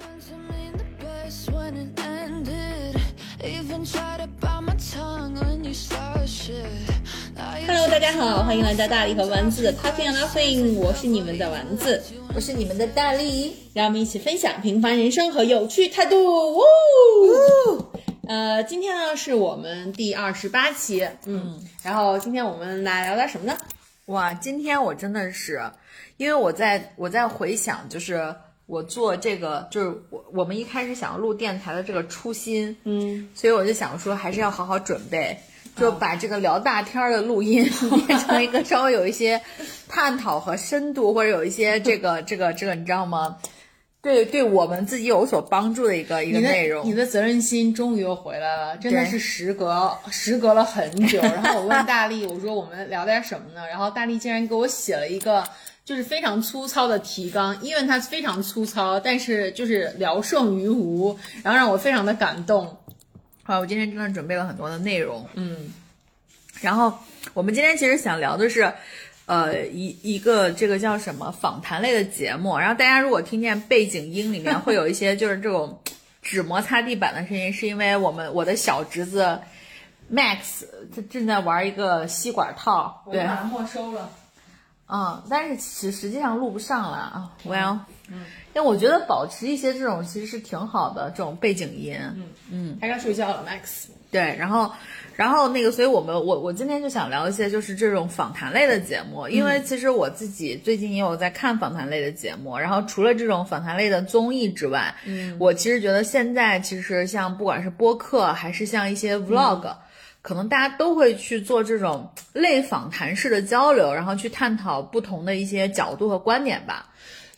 to mean the best when it ended. Even tried to bite my tongue when you start shit. Now you Hello，大家好，欢迎来到大力和丸子的 Talking and Laughing，我是你们的丸子，我是你们的大力，让我们一起分享平凡人生和有趣态度。呜呃，今天呢是我们第二十八期，嗯，然后今天我们来聊点什么呢？哇，今天我真的是，因为我在我在回想，就是我做这个，就是我我们一开始想要录电台的这个初心，嗯，所以我就想说，还是要好好准备，就把这个聊大天儿的 录音变成一个稍微有一些探讨和深度，或者有一些这个这个这个，你知道吗？对，对我们自己有所帮助的一个一个你的内容。你的责任心终于又回来了，真的对是时隔时隔了很久。然后我问大力， 我说我们聊点什么呢？然后大力竟然给我写了一个就是非常粗糙的提纲，因为它非常粗糙，但是就是聊胜于无，然后让我非常的感动。好，我今天真的准备了很多的内容，嗯，然后我们今天其实想聊的是，呃，一一个这个叫什么访谈类的节目，然后大家如果听见背景音里面会有一 些就是这种纸摩擦地板的声音，是因为我们我的小侄子 Max 他正在玩一个吸管套，对，它没收了。嗯，但是实实际上录不上了啊，Well，但我觉得保持一些这种其实是挺好的这种背景音，嗯。他该睡觉了，Max。对，然后，然后那个，所以我们我我今天就想聊一些就是这种访谈类的节目，因为其实我自己最近也有在看访谈类的节目，然后除了这种访谈类的综艺之外，嗯，我其实觉得现在其实像不管是播客还是像一些 vlog，、可能大家都会去做这种类访谈式的交流，然后去探讨不同的一些角度和观点吧。嗯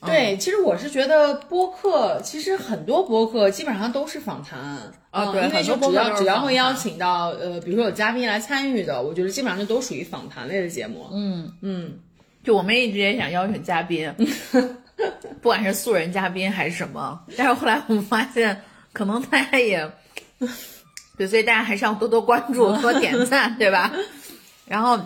对，其实我是觉得播客，其实很多播客基本上都是访谈啊嗯对因为很就多播只客要都是只要访会谈邀请到呃，比如说有嘉宾来参与的，我觉得基本上就都属于访谈类的节目。嗯嗯，就我们一直也想邀请嘉宾，不管是素人嘉宾还是什么，但是后来我们发现，可能大家也， 对，所以大家还是要多多关注和点赞，对吧？然后，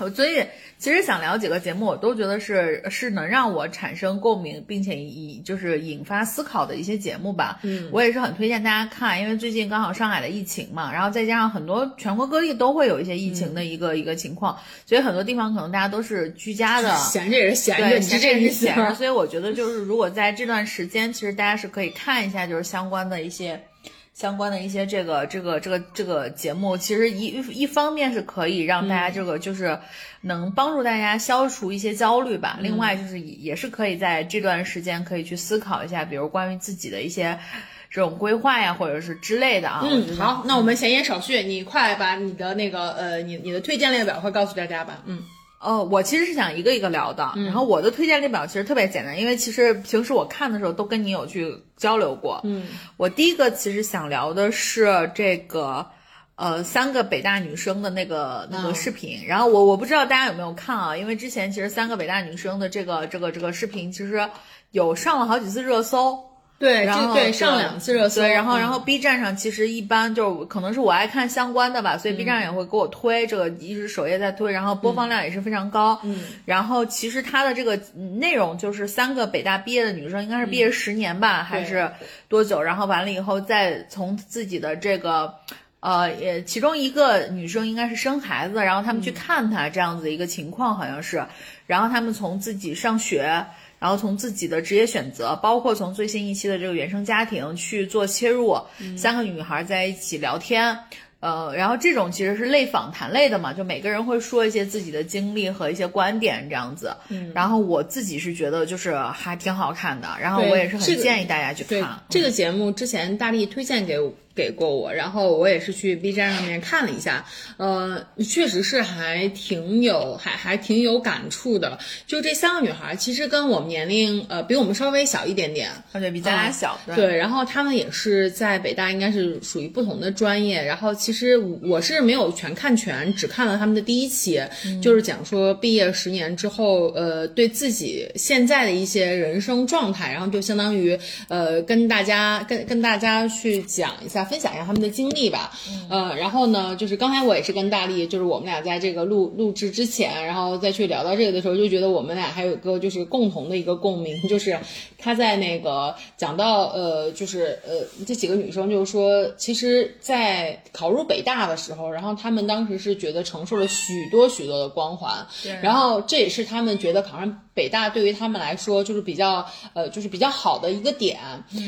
我所以其实想聊几个节目，我都觉得是是能让我产生共鸣，并且以就是引发思考的一些节目吧。嗯，我也是很推荐大家看，因为最近刚好上海的疫情嘛，然后再加上很多全国各地都会有一些疫情的一个、一个情况，所以很多地方可能大家都是居 家的，闲着也是闲着，对，你是闲这着意是思 闲吗着，所以我觉得就是如果在这段时间，其实大家是可以看一下就是相关的一些。相关的一些这个这个这个这个节目，其实一一方面是可以让大嗯家这个就是能帮助大家消除一些焦虑吧，另外就是嗯也也是可以在这段时间可以去思考一下，比如关于自己的一些这种规划呀，或者是之类的啊。我觉嗯，得好，那我们闲言少叙，你快把你的那个呃，你你的推荐列表快告诉大家吧。嗯，呃，我其实是想一个一个聊的，然后我的推荐列表其实特别简单，因为其实平时我看的时候都跟你有去交流过。嗯，我第一个其实想聊的是这个，呃，三个北大女生的那个那个嗯视频。然后我我不知道大家有没有看啊，因为之前其实三个北大女生的这个这个这个视频其实有上了好几次热搜。对，然这后对上两次热搜，对，然嗯后然后 B 站上其实一般就是可能是我爱看相关的吧，嗯所以 B 站也会给我推、这个，一直首页在推，然后播放量也是非常高。嗯，然后其实它的这个嗯内容就是三个北大毕业的女生，应该是嗯毕业十年吧，还是多久？然后完了以后再从自己的这个。呃，也其中一个女生应该是生孩子，然后他嗯们去看她这样子的一个情况，好像是，然后他们从自己上学，然后从自己的职业选择，包括从最新一期的这个原生家庭去做切入，嗯三个女孩在一起聊天。呃，然后这种其实是类访谈类的嘛，就每个人会说一些自己的经历和一些观点这样子。嗯，然后我自己是觉得就是还挺好看的，然后对我也是很这个建议大家去看。嗯对这个节目之前大力推荐给我给过我，然后我也是去 B 站上面看了一下，呃，确实是还挺有还还挺有感触的。就这三个女孩，其实跟我们年龄呃比我们稍微小一点点，啊，对比咱俩小，对对，然后他们也是在北大，应该是属于不同的专业。然后其实我是没有全看全，只看了他们的第一期，就是讲说毕业十年之后，呃，对自己现在的一些人生状态，然后就相当于呃跟大家跟跟大家去讲一下，分享一下他们的经历吧。呃，然后呢，就是刚才我也是跟大力，就是我们俩在这个录录制之前，然后再去聊到这个的时候，就觉得我们俩还有一个就是共同的一个共鸣，就是他在那个讲到呃，就是呃这几个女生就是说，其实，在考入北大的时候，然后她们当时是觉得承受了许多许多的光环，然后这也是她们觉得考上北大对于她们来说就是比较呃就是比较好的一个点，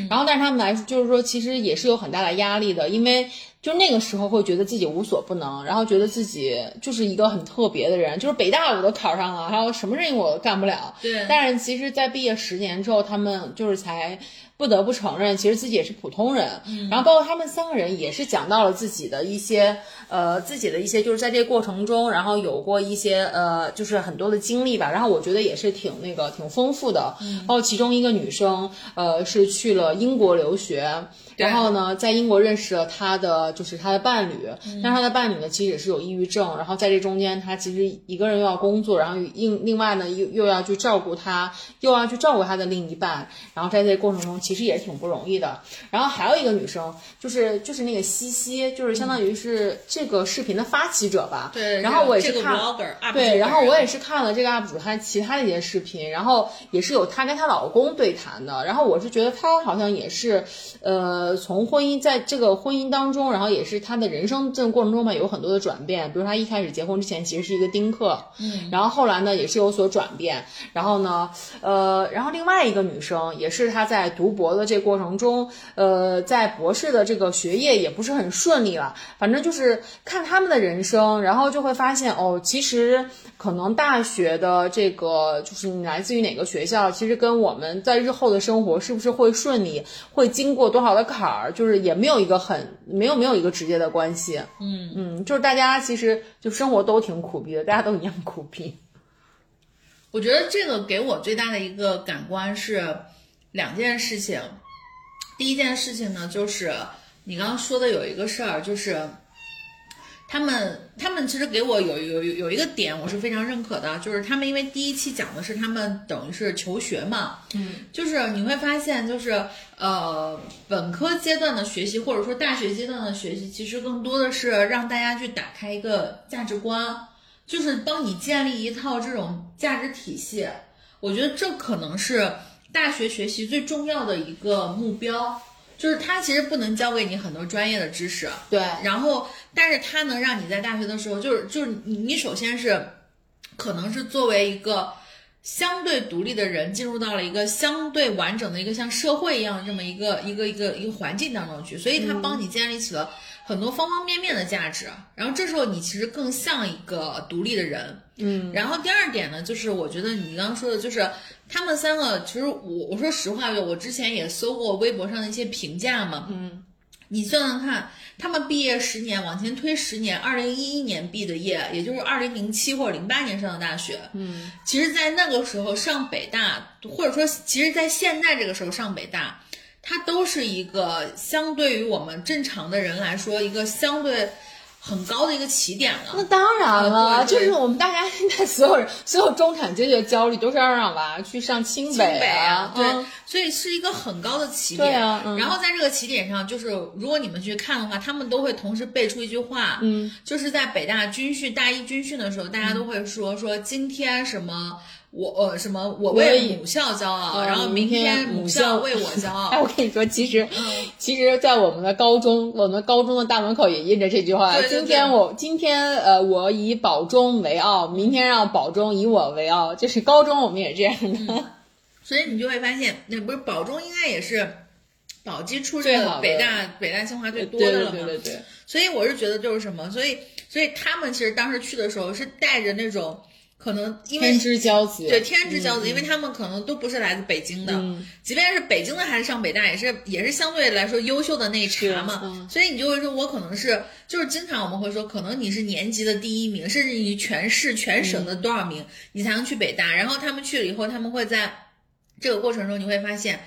然后但是她们来说就是说其实也是有很大的压力的，因为。就那个时候会觉得自己无所不能，然后觉得自己就是一个很特别的人，就是北大我都考上了，还有什么事情我都干不了。对但是其实，在毕业十年之后，他们就是才不得不承认，其实自己也是普通人。然后包括他们三个人也是讲到了自己的一些呃自己的一些，就是在这个过程中，然后有过一些呃就是很多的经历吧。然后我觉得也是挺那个挺丰富的。包括其中一个女生，呃，是去了英国留学。然后呢，在英国认识了她的就是她的伴侣，嗯但是她的伴侣呢其实也是有抑郁症，然后在这中间，她其实一个人又要工作，然后另另外呢又又要去照顾她，又要去照顾她的另一半，然后在这个过程中其实也是挺不容易的。然后还有一个女生，就是就是那个西西，就是相当于是这个视频的发起者吧。嗯对然后我也这是个看 vlogger，UP 主对，然后本人我啊也是看了这个 UP 主她其他的一些视频，然后也是有她跟她老公对谈的。然后我是觉得她好像也是，呃，从婚姻在这个婚姻当中，然后也是她的人生这个过程中吧，有很多的转变。比如她一开始结婚之前其实是一个丁克，嗯，然后后来呢也是有所转变。然后呢，呃，然后另外一个女生也是她在读博的这个过程中，呃，在博士的这个学业也不是很顺利了。反正就是看他们的人生，然后就会发现哦，其实可能大学的这个就是你来自于哪个学校，其实跟我们在日后的生活是不是会顺利，会经过多少的坎儿，就是也没有一个很没有没有一个直接的关系。嗯嗯，就是大家其实就生活都挺苦逼的，大家都一样苦逼。我觉得这个给我最大的一个感官是两件事情。第一件事情呢，就是你刚刚说的有一个事儿，就是他们他们其实给我有有有有一个点，我是非常认可的，就是他们因为第一期讲的是他们等于是求学嘛，嗯，就是你会发现就是呃本科阶段的学习或者说大学阶段的学习，其实更多的是让大家去打开一个价值观，就是帮你建立一套这种价值体系。我觉得这可能是大学学习最重要的一个目标，就是它其实不能教给你很多专业的知识，对然后，但是它能让你在大学的时候，就是就是你你首先是，可能是作为一个相对独立的人，进入到了一个相对完整的一个像社会一样这么一个一个一个一个环境当中去，所以它帮你建立起了很多方方面面的价值。然后这时候你其实更像一个独立的人。嗯，然后第二点呢，就是我觉得你刚刚说的，就是他们三个，其实我我说实话，我之前也搜过微博上的一些评价嘛，嗯，你算算看，他们毕业十年，往前推十年，二零一一年毕的业，也就是二零零七或者零八年上的大学。嗯，其实，在那个时候上北大，或者说，其实，在现在这个时候上北大，它都是一个相对于我们正常的人来说，一个相对很高的一个起点了。那当然了，啊对就对是我们大家现在所有人，所有中产阶级的焦虑都是要让娃去上清清北啊，对，嗯所以是一个很高的起点。对啊嗯然后在这个起点上，就是如果你们去看的话，他们都会同时背出一句话，嗯，就是在北大军训大一军训的时候，大家都会说、说今天什么。我呃什么我为为母校骄傲，嗯然后明明天母母校校为我骄傲。 嗯哎，我跟你说，其实，其实，在我们的高中，我们高中的大门口也印着这句话。对对对今天我今天呃，我以保中为傲，明天让保中以我为傲。就是高中我们也这样的。 所以你就会发现，那不是保中应该也是保级出这最好个的北大北大清华最多对的对了对嘛？对对，所以我是觉得就是什么，所以所以他们其实当时去的时候是带着那种可能因为天之骄子。对天之骄子，因为他们可能都不是来自北京的，嗯即便是北京的孩子上北大，也是也是相对来说优秀的那一茬嘛是。嗯所以你就会说，我可能是就是经常我们会说，可能你是年级的第一名，甚至你全市全省的多少名，你才能去北大。然后他们去了以后，他们会在这个过程中，你会发现，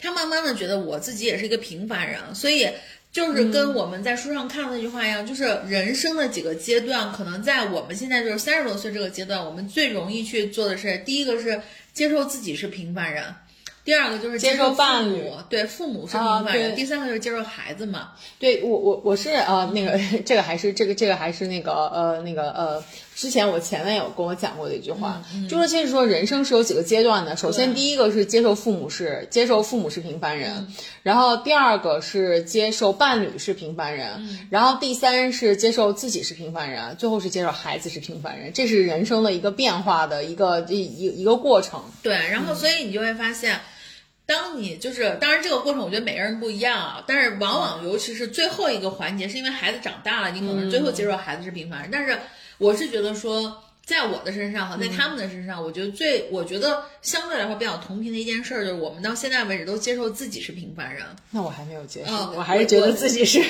他慢慢的觉得我自己也是一个平凡人，所以。就是跟我们在书上看的那句话一样，就是人生的几个阶段，可能在我们现在就是三十多岁这个阶段，我们最容易去做的是，第一个是接受自己是平凡人，第二个就是接受受伴父侣母，对父母是平啊凡人，对第三个就是接受孩子嘛， 对我我我是呃那个这个还是这个这个还是那个呃那个呃之前我前男友跟我讲过的一句话，嗯就是其实说人生是有几个阶段的。首先，第一个是接受父母是接受父母是平凡人，嗯然后第二个是接受伴侣是平凡人，嗯然后第三是接受自己是平凡人，最后是接受孩子是平凡人。这是人生的一个变化的一个一一一个过程。对，然后所以你就会发现，当你就是，当然这个过程我觉得每个人不一样啊，但是往往尤其是最后一个环节，是因为孩子长大了，你可能最后接受孩子是平凡人，但是我是觉得说。在我的身上和在他们的身上，我觉得最我觉得相对来说比较同频的一件事儿，就是我们到现在为止都接受自己是平凡人。那我还没有接受，嗯我还是觉得我自己是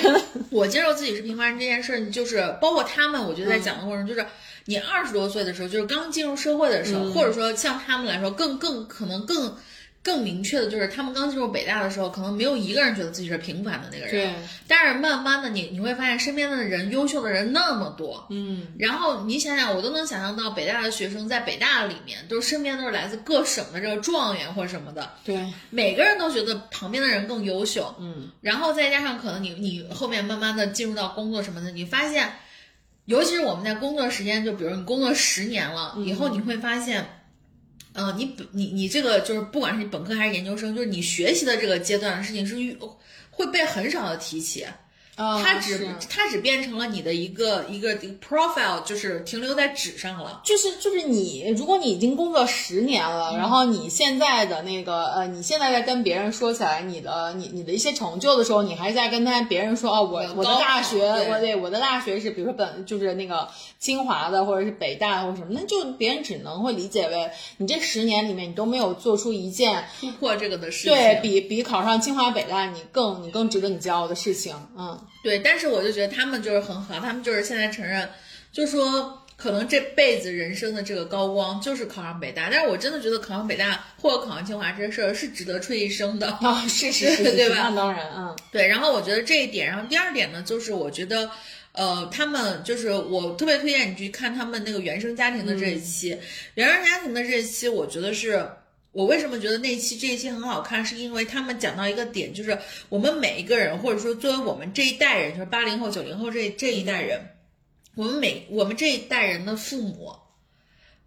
我接受自己是平凡人这件事儿，就是包括他们，我觉得在讲的过程，就是你二十多岁的时候，就是刚进入社会的时候，或者说像他们来说，更更可能更更明确的就是，他们刚进入北大的时候，可能没有一个人觉得自己是平凡的那个人。但是慢慢的你，你会发现身边的人，优秀的人那么多，嗯，然后你想想，我都能想象到北大的学生在北大里面，都是身边都是来自各省的这个状元或什么的，对。嗯每个人都觉得旁边的人更优秀，嗯，然后再加上可能你你后面慢慢的进入到工作什么的，你发现，尤其是我们在工作时间，就比如你工作十年了、以后，你嗯会发现，呃，你本你你这个就是不管是你本科还是研究生，就是你学习的这个阶段的事情是遇会被很少的提起，它只哦嗯是它只变成了你的一个一个一个 profile，就是停留在纸上了。就是就是你，如果你已经工作十年了，嗯然后你现在的那个呃，你现在在跟别人说起来你的你你的一些成就的时候，你还在跟他别人说哦，我我的高考大学，对我对我的大学是比如说本就是那个清华的或者是北大或者什么，那就别人只能会理解为你这十年里面你都没有做出一件突破这个的事情，对比比考上清华北大你更你更值得你骄傲的事情，嗯。对，但是我就觉得他们就是很好，他们就是现在承认，就说可能这辈子人生的这个高光就是考上北大，但是我真的觉得考上北大或者考上清华这事儿是值得吹一生的。 啊、是是是，哦 对是吧那当然，嗯，对，然后我觉得这一点，然后第二点呢，就是我觉得，呃，他们就是我特别推荐你去看他们那个原生家庭的这一期，原生家庭的这一期，我觉得是。我为什么觉得那期这一期很好看，是因为他们讲到一个点，就是我们每一个人，或者说作为我们这一代人，就是八零后、九零后这这一代人，我们每我们这一代人的父母，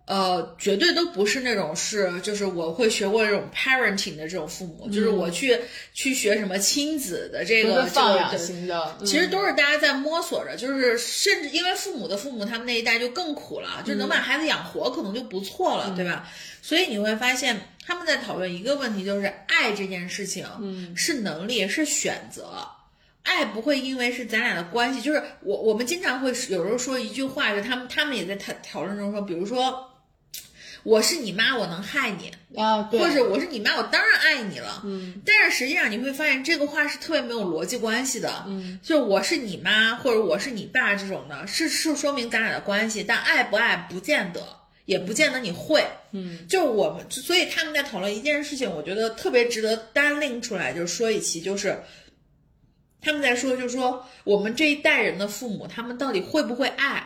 呃，绝对都不是那种是就是我会学过这种 parenting 的这种父母，就是我去去学什么亲子的这一个个嗯放养这个对型的，嗯其实都是大家在摸索着，就是甚至因为父母的父母他们那一代就更苦了，就是能把孩子养活可能就不错了，对吧？所以你会发现他们在讨论一个问题，就是爱这件事情，嗯，是能力，是选择。爱不会因为是咱俩的关系，就是我我们经常会有时候说一句话，就他们他们也在讨讨论中说，比如说我是你妈，我能害你，嗯啊，对或者我是你妈，我当然爱你了。嗯，但是实际上你会发现这个话是特别没有逻辑关系的。嗯，就是我是你妈或者我是你爸这种的，是是说明咱俩的关系，但爱不爱不见得，也不见得你会。嗯，就是我们，所以他们在讨论一件事情，我觉得特别值得单拎出来，就是说一期，就是他们在说，就是说我们这一代人的父母，他们到底会不会爱？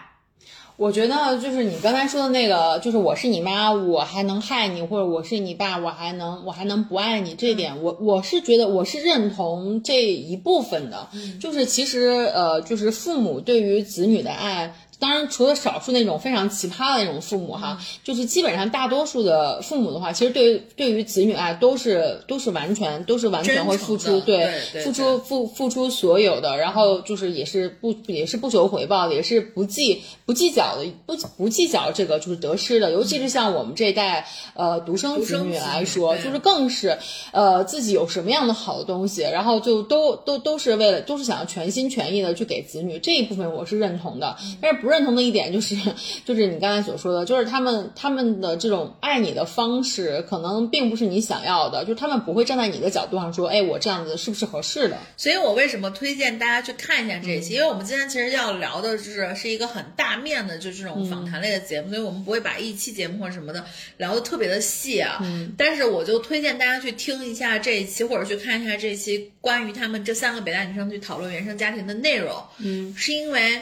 我觉得就是你刚才说的那个，就是我是你妈，我还能害你，或者我是你爸，我还能我还能不爱你嗯这一点，我我是觉得我是认同这一部分的，嗯就是其实呃，就是父母对于子女的爱。当然，除了少数那种非常奇葩的那种父母哈，嗯就是基本上大多数的父母的话，其实对于对于子女爱都是都是完全都是完全会付真出，诚的对对付对出付付出所有的，然后就是也是不也是不求回报的，也是不计不计较的，不不计较这个就是得失的。尤其是像我们这一代呃独生独子生女子来女说，对就是更是呃自己有什么样的好的东西，然后就都都都是为了都是想要全心全意的去给子女这一部分我是认同的，但是不认同的一点就是 就是你刚才所说的，就是他们他们的这种爱你的方式可能并不是你想要的，就是他们不会站在你的角度上说，哎，我这样子是不是合适的？所以我为什么推荐大家去看一下这一期？因为我们今天其实要聊的就是是一个很大面的，就这种访谈类的节目，所以我们不会把一期节目或者什么的聊得特别的细啊。但是我就推荐大家去听一下这一期，或者去看一下这一期关于他们这三个北大女生去讨论原生家庭的内容。嗯，是因为。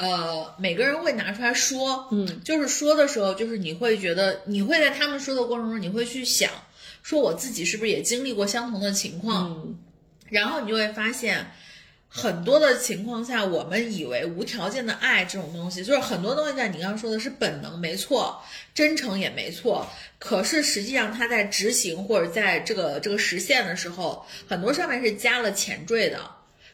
呃，每个人会拿出来说，嗯，就是说的时候，就是你会觉得，你会在他们说的过程中，你会去想，嗯嗯说我自己是不是也经历过相同的情况，然后你就会发现，很多的情况下，我们以为无条件的爱这种东西，就是很多东西在你刚刚说的是本能，没错，真诚也没错。可是实际上，它在执行或者在这个这个实现的时候，很多上面是加了前缀的，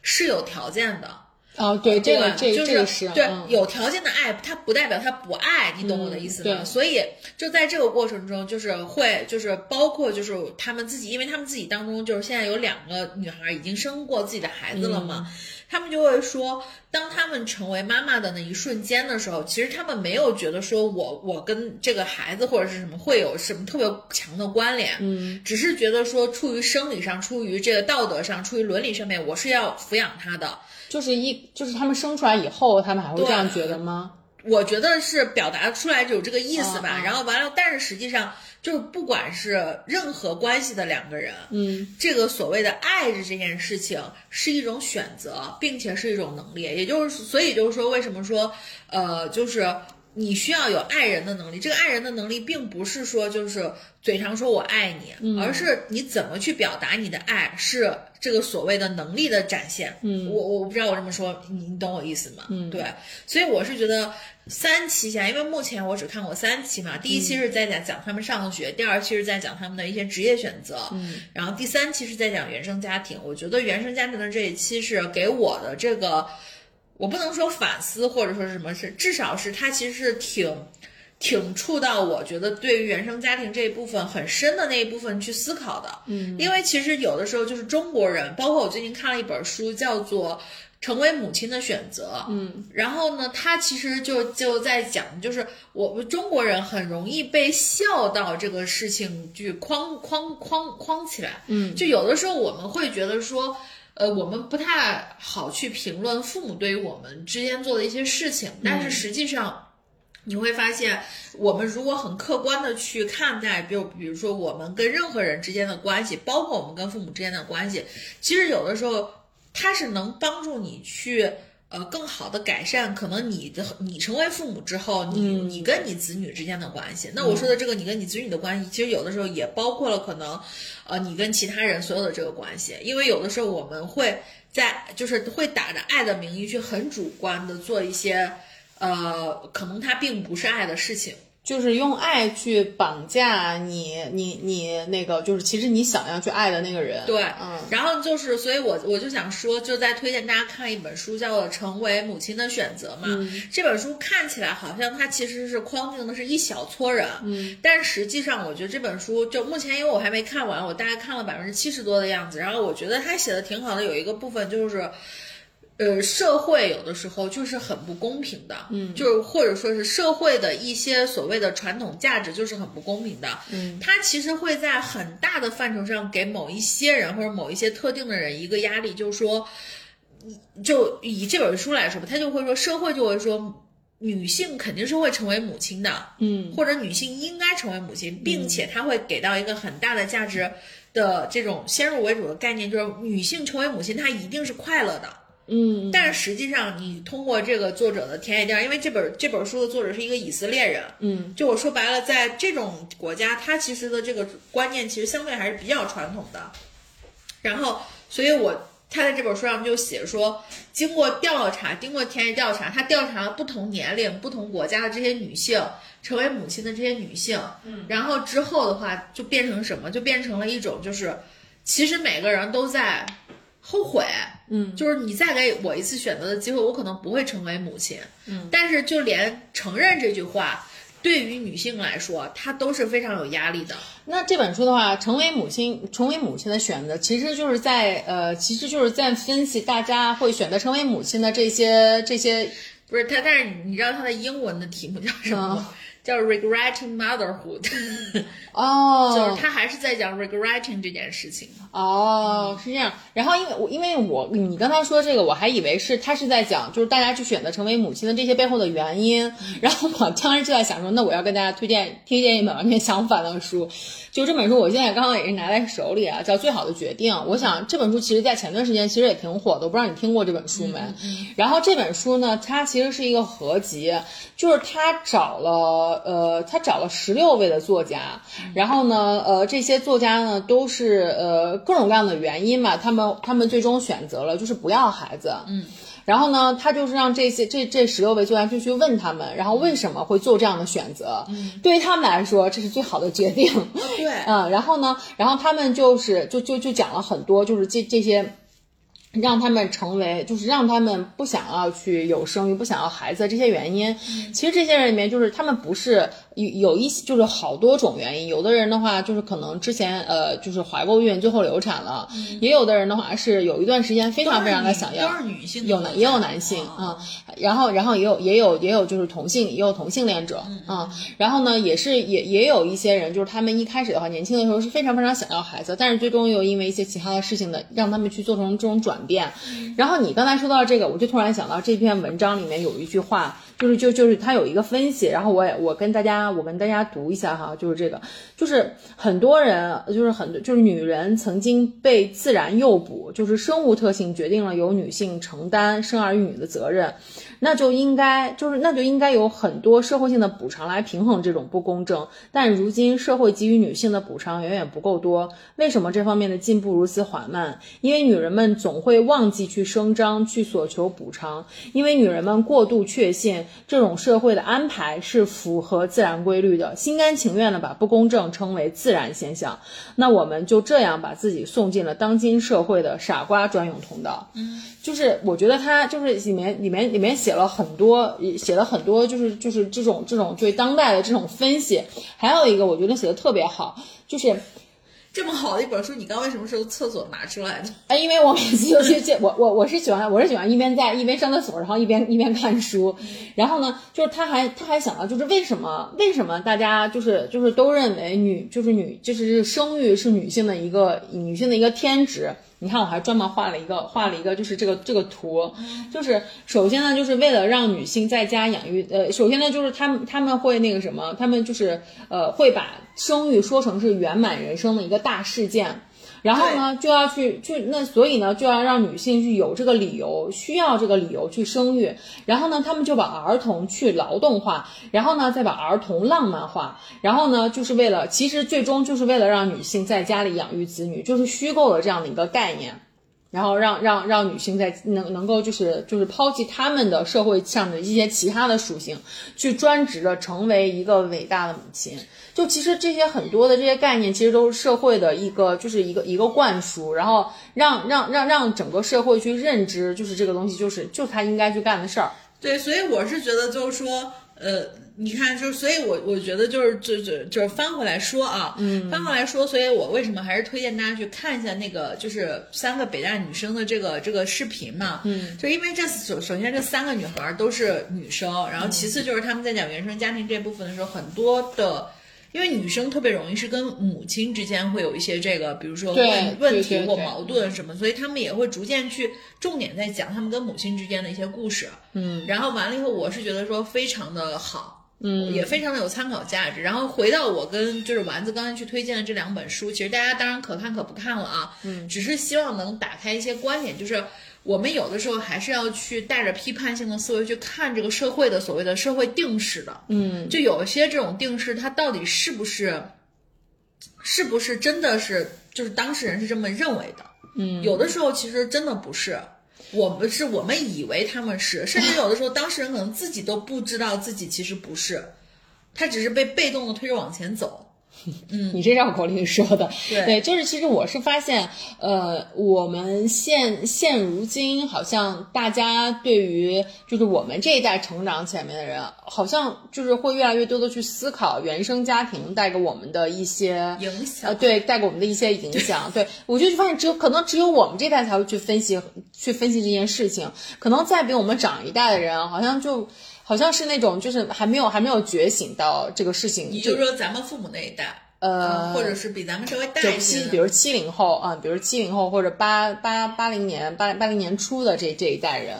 是有条件的。哦，对，这个对这就个是这个是对嗯有条件的爱，它不代表他不爱，你懂我的意思吗？对所以就在这个过程中，就是会就是包括就是他们自己，因为他们自己当中就是现在有两个女孩已经生过自己的孩子了嘛，嗯他们就会说，当他们成为妈妈的那一瞬间的时候，其实他们没有觉得说我我跟这个孩子或者是什么会有什么特别强的关联，嗯，只是觉得说出于生理上、出于这个道德上、出于伦理上面，我是要抚养他的。就是一就是他们生出来以后，他们还会这样觉得吗？我觉得是表达出来有这个意思吧嗯。嗯然后完了，但是实际上就是不管是任何关系的两个人，嗯，这个所谓的爱着这件事情是一种选择，并且是一种能力。也就是，所以就是说，为什么说，呃，就是。你需要有爱人的能力，这个爱人的能力并不是说就是嘴上说我爱你，而是你怎么去表达你的爱，是这个所谓的能力的展现。嗯，我我不知道我这么说，你你懂我意思吗？嗯，对，所以我是觉得三期下，因为目前我只看过三期嘛，第一期是在讲讲他们上学，第二期是在讲他们的一些职业选择，嗯，然后第三期是在讲原生家庭。我觉得原生家庭的这一期是给我的这个，我不能说反思或者说是什么是，至少是它其实是挺。挺触到我觉得对于原生家庭这一部分很深的那一部分去思考的，嗯，因为其实有的时候就是中国人，包括我最近看了一本书，叫做《成为母亲的选择》，嗯，然后呢，他其实就就在讲，就是我们中国人很容易被孝道这个事情去框框框框起来，嗯，就有的时候我们会觉得说。呃，我们不太好去评论父母对于我们之间做的一些事情，但是实际上，你会发现，我们如果很客观的去看待，比如比如说我们跟任何人之间的关系，包括我们跟父母之间的关系，其实有的时候它是能帮助你去。呃，更好的改善可能你的你成为父母之后，你、你跟你子女之间的关系。那我说的这个你跟你子女的关系，其实有的时候也包括了可能，呃，你跟其他人所有的这个关系，因为有的时候我们会在就是会打着爱的名义去很主观的做一些呃，可能它并不是爱的事情。就是用爱去绑架你，你你那个就是其实你想要去爱的那个人，对，嗯，然后就是，所以我我就想说，就在推荐大家看一本书，叫做《成为母亲的选择》嘛。这本书看起来好像它其实是框定的是一小撮人，嗯，但实际上我觉得这本书就目前，因为我还没看完，我大概看了百分之七十多的样子。然后我觉得他写的挺好的，有一个部分就是。呃，社会有的时候就是很不公平的，嗯，就是或者说是社会的一些所谓的传统价值就是很不公平的，嗯，它其实会在很大的范畴上给某一些人或者某一些特定的人一个压力，就是说，你就以这本书来说吧，他就会说社会就会说。女性肯定是会成为母亲的，嗯，或者女性应该成为母亲，并且它会给到一个很大的价值的这种先入为主的概念，就是女性成为母亲，她一定是快乐的，嗯，但是实际上，你通过这个作者的田野调，因为这本这本书的作者是一个以色列人，嗯，就我说白了，在这种国家，他其实的这个观念其实相对还是比较传统的。然后，所以我他在这本书上就写说，经过调查，经过田野调查，他调查了不同年龄、不同国家的这些女性，成为母亲的这些女性，嗯，然后之后的话就变成什么？就变成了一种就是，其实每个人都在后悔，嗯，就是你再给我一次选择的机会，我可能不会成为母亲，嗯，但是就连承认这句话。对于女性来说，她都是非常有压力的。那这本书的话，成为母亲，成为母亲的选择，其实就是在呃，其实就是在分析大家会选择成为母亲的这些这些，不是她，但是你知道她的英文的题目叫什么嗯吗？叫 regretting motherhood，哦，就是她还是在讲 regretting 这件事情。哦，是这样。然后因为我因为我你刚才说这个，我还以为是他是在讲，就是大家去选择成为母亲的这些背后的原因。然后我当时就在想说，那我要跟大家推荐推荐一本完全相反的书，就这本书我现在刚刚也是拿在手里啊，叫《最好的决定》。我想这本书其实在前段时间其实也挺火的，我不知道你听过这本书没？然后这本书呢，它其实是一个合集，就是他找了呃，他找了十六位的嗯作家，然后呢，呃，这些作家呢都是呃各种各样的原因嘛，法，他们他们最终选择了就是不要孩子，嗯。然后呢，他就是让这些这这十六位救援队去问他们，然后为什么会做这样的选择？嗯，对于他们来说，这是最好的决定。对嗯，然后呢，然后他们就是就就就讲了很多，就是这这些。让他们成为，就是让他们不想要去有生育、不想要孩子这些原因，嗯其实这些人里面就是他们不是有有一些就是好多种原因，有的人的话就是可能之前呃就是怀过孕，最后流产了，也有的人的话是有一段时间非常非常的想要，嗯都是女性的哦有男也有男性啊、嗯然后然后也有也有也有就是同性也有同性恋者啊、嗯然后呢也是也也有一些人就是他们一开始的话年轻的时候是非常非常想要孩子，但是最终又因为一些其他的事情的让他们去做成这种转变。然后你刚才说到这个，我就突然想到这篇文章里面有一句话，就是就就是它有一个分析，然后我也我跟大家我跟大家读一下哈，就是这个，就是很多人就是很多就是女人曾经被自然诱捕，就是生物特性决定了由女性承担生儿育女的责任，那就应该就是那就应该有很多社会性的补偿来平衡这种不公正，但如今社会给予女性的补偿远远不够多，为什么这方面的进步如此缓慢？因为女人们总会忘记去声张，去索求补偿，因为女人们过度确信这种社会的安排是符合自然规律的，心甘情愿的把不公正称为自然现象。那我们就这样把自己送进了当今社会的傻瓜专用通道。嗯，就是我觉得他就是里面里面里面写了很多，写了很多就是就是这种这种对当代的这种分析。还有一个我觉得写的特别好，就是这么好的一本书，你刚为什么是从厕所拿出来的？哎，因为我每次都去见我我我是喜欢我是喜欢一边在一边上厕所，然后一边一边看书，然后呢，就是他还他还想到就是为什么为什么大家就是就是都认为女就是女就是生育是女性的一个女性的一个天职。你看，我还专门画了一个画了一个，就是这个这个图，就是首先呢，就是为了让女性在家养育，呃，首先呢，就是他们他们会那个什么，他们就是呃会把生育说成是圆满人生的一个大事件。然后呢，就要去去那，所以呢，就要让女性去有这个理由，需要这个理由去生育。然后呢，他们就把儿童去劳动化，然后呢，再把儿童浪漫化。然后呢，就是为了，其实最终就是为了让女性在家里养育子女，就是虚构了这样的一个概念。然后让让让女性在能能够就是就是抛弃她们的社会上的一些其他的属性，去专职的成为一个伟大的母亲。就其实这些很多的这些概念，其实都是社会的一个就是一个一个灌输，然后让让让让整个社会去认知，就是这个东西就是就他应该去干的事儿。对，所以我是觉得就是说，呃，你看，就是所以我我觉得就是就就就是翻回来说啊，嗯，翻回来说，所以我为什么还是推荐大家去看一下那个就是三个北大女生的这个这个视频嘛，嗯，就因为这首首先这三个女孩都是女生，然后其次就是他们在讲原生家庭这部分的时候，很多的。因为女生特别容易是跟母亲之间会有一些这个，比如说对问问对题对或对矛盾什么，所以他们也会逐渐去重点在讲他们跟母亲之间的一些故事。嗯，然后完了以后，我是觉得说非常的好，嗯，也非常的有参考价值。然后回到我跟就是丸子刚才去推荐的这两本书，其实大家当然可看可不看了啊，嗯，只是希望能打开一些观点，就是。我们有的时候还是要去带着批判性的思维去看这个社会的所谓的社会定式的，嗯，就有一些这种定式，它到底是不是，是不是真的是就是当事人是这么认为的？嗯，有的时候其实真的不是，我们是我们以为他们是，甚至有的时候当事人可能自己都不知道自己其实不是，他只是被被动的推着往前走。你这绕口令说的，嗯对就是其实我是发现，呃，我们现现如今好像大家对于就是我们这一代成长起来面的人，好像就是会越来越多的去思考原生家庭带给我们的一些影响呃，对，带给我们的一些影响。对我就发现，只有可能只有我们这代才会去分析去分析这件事情，可能再比我们长一代的人，好像就好像是那种就是还没有还没有觉醒到这个事情，也就就是说，咱们父母那一代，呃或者是比咱们稍微大就一些七，的，比如七零后啊，比如七零后或者八八八零年八八零年初的这这一代人，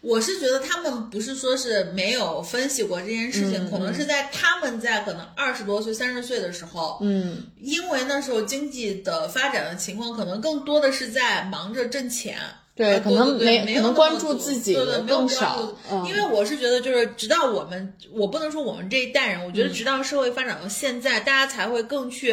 我是觉得他们不是说是没有分析过这件事嗯情，可能是在他们在可能二十多岁、三十岁的时候，嗯，因为那时候经济的发展的情况，可能更多的是在忙着挣钱。对呃可能对对没没可能有那么关注自己多对对，没有更少关注嗯因为我是觉得，就是直到我们，我嗯不能说我们这一代人，我觉得直到社会发展到现在，大家才会更去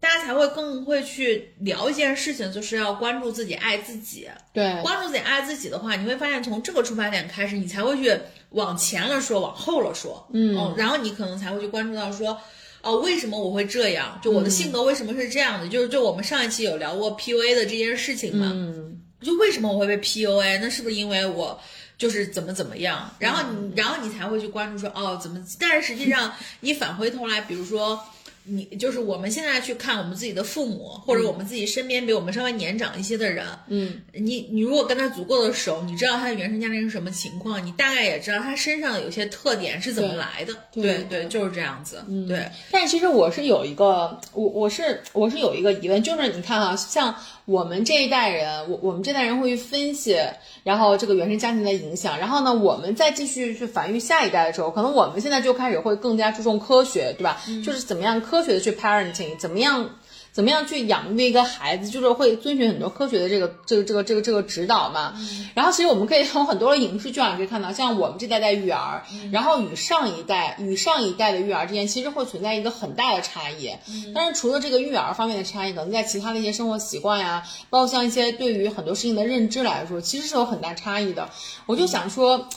大家才会更会去聊一件事情，就是要关注自己，爱自己。对，关注自己、爱自己的话，你会发现从这个出发点开始，你才会去往前了说，往后了说，嗯、然后你可能才会去关注到说，哦，为什么我会这样？就嗯我的性格为什么是这样的？就是就我们上一期有聊过 PUA 的这件事情嘛，嗯，就为什么我会被 PUA？那是不是因为我就是怎么怎么样？然后嗯你，然后你才会去关注说哦怎么？但是实际上你返回头来，比如说。你就是我们现在去看我们自己的父母，或者我们自己身边比我们稍微年长一些的人，嗯，你你如果跟他足够的熟，你知道他的原生家庭是什么情况，你大概也知道他身上有些特点是怎么对来的，对嗯对对就是这样子，对，但其实我是有一个，我我是我是有一个疑问，就是你看啊，像我们这一代人，我我们这代人会去分析，然后这个原生家庭的影响，然后呢，我们再继续去繁育下一代的时候，可能我们现在就开始会更加注重科学，对吧？就是怎么样科学的去 parenting，怎么样。怎么样去养育一个孩子，就是会遵循很多科学的这个这个这个这个这个指导嘛。然后其实我们可以从很多的影视剧啊上可以看到，像我们这代在育儿，然后与上一代与上一代的育儿之间，其实会存在一个很大的差异。但是除了这个育儿方面的差异，可能在其他的一些生活习惯呀，包括像一些对于很多事情的认知来说，其实是有很大差异的。我就想说，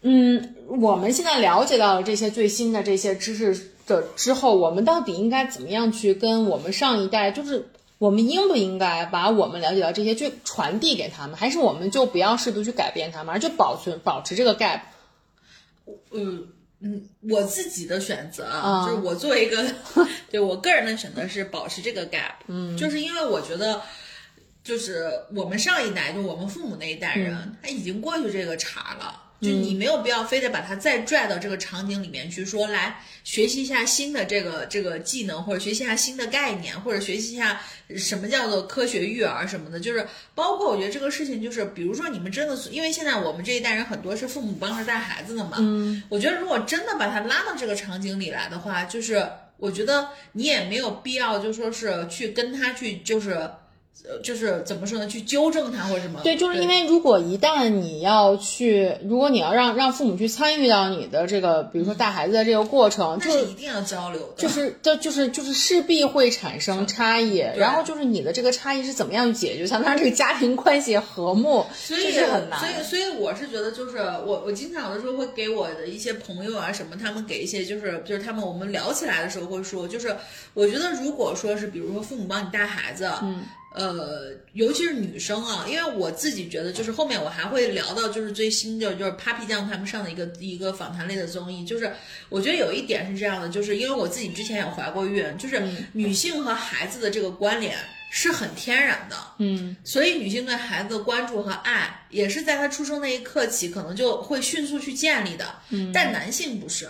嗯，我们现在了解到了这些最新的这些知识的之后，我们到底应该怎么样去跟我们上一代，就是我们应不应该把我们了解到这些去传递给他们，还是我们就不要试图去改变他们，而就保存保持这个 gap？嗯嗯，我自己的选择啊啊，就是我作为一个， 对我个人的选择是保持这个 gap，嗯，就是因为我觉得。就是我们上一代，就我们父母那一代人，他已经过去这个茬了，就你没有必要非得把他再拽到这个场景里面去说，来学习一下新的这个这个技能，或者学习一下新的概念，或者学习一下什么叫做科学育儿什么的。就是包括我觉得这个事情，就是比如说你们真的是，因为现在我们这一代人很多是父母帮着带孩子的嘛，嗯，我觉得如果真的把他拉到这个场景里来的话，就是我觉得你也没有必要就说是去跟他去就是。呃，就是怎么说呢？去纠正他或者什么？对，就是因为如果一旦你要去，如果你要让让父母去参与到你的这个，比如说带孩子的这个过程，就那是一定要交流的。 就是这就是就是势必会产生差异，然后就是你的这个差异是怎么样去解决，才能让这个家庭关系和睦，所这以是很难所。以，所以我是觉得，就是我我经常有的时候会给我的一些朋友啊什么，他们给一些就是就是他们我们聊起来的时候会说，就是我觉得如果说是比如说父母帮你带孩子，嗯。呃，尤其是女生啊，因为我自己觉得，就是后面我还会聊到，就是最新的，就是 Papi 酱他们上的一个一个访谈类的综艺，就是我觉得有一点是这样的，就是因为我自己之前也怀过孕，就是嗯女性和孩子的这个关联是很天然的，嗯，所以女性对孩子的关注和爱，也是在她出生那一刻起，可能就会迅速去建立的。嗯，但男性不是，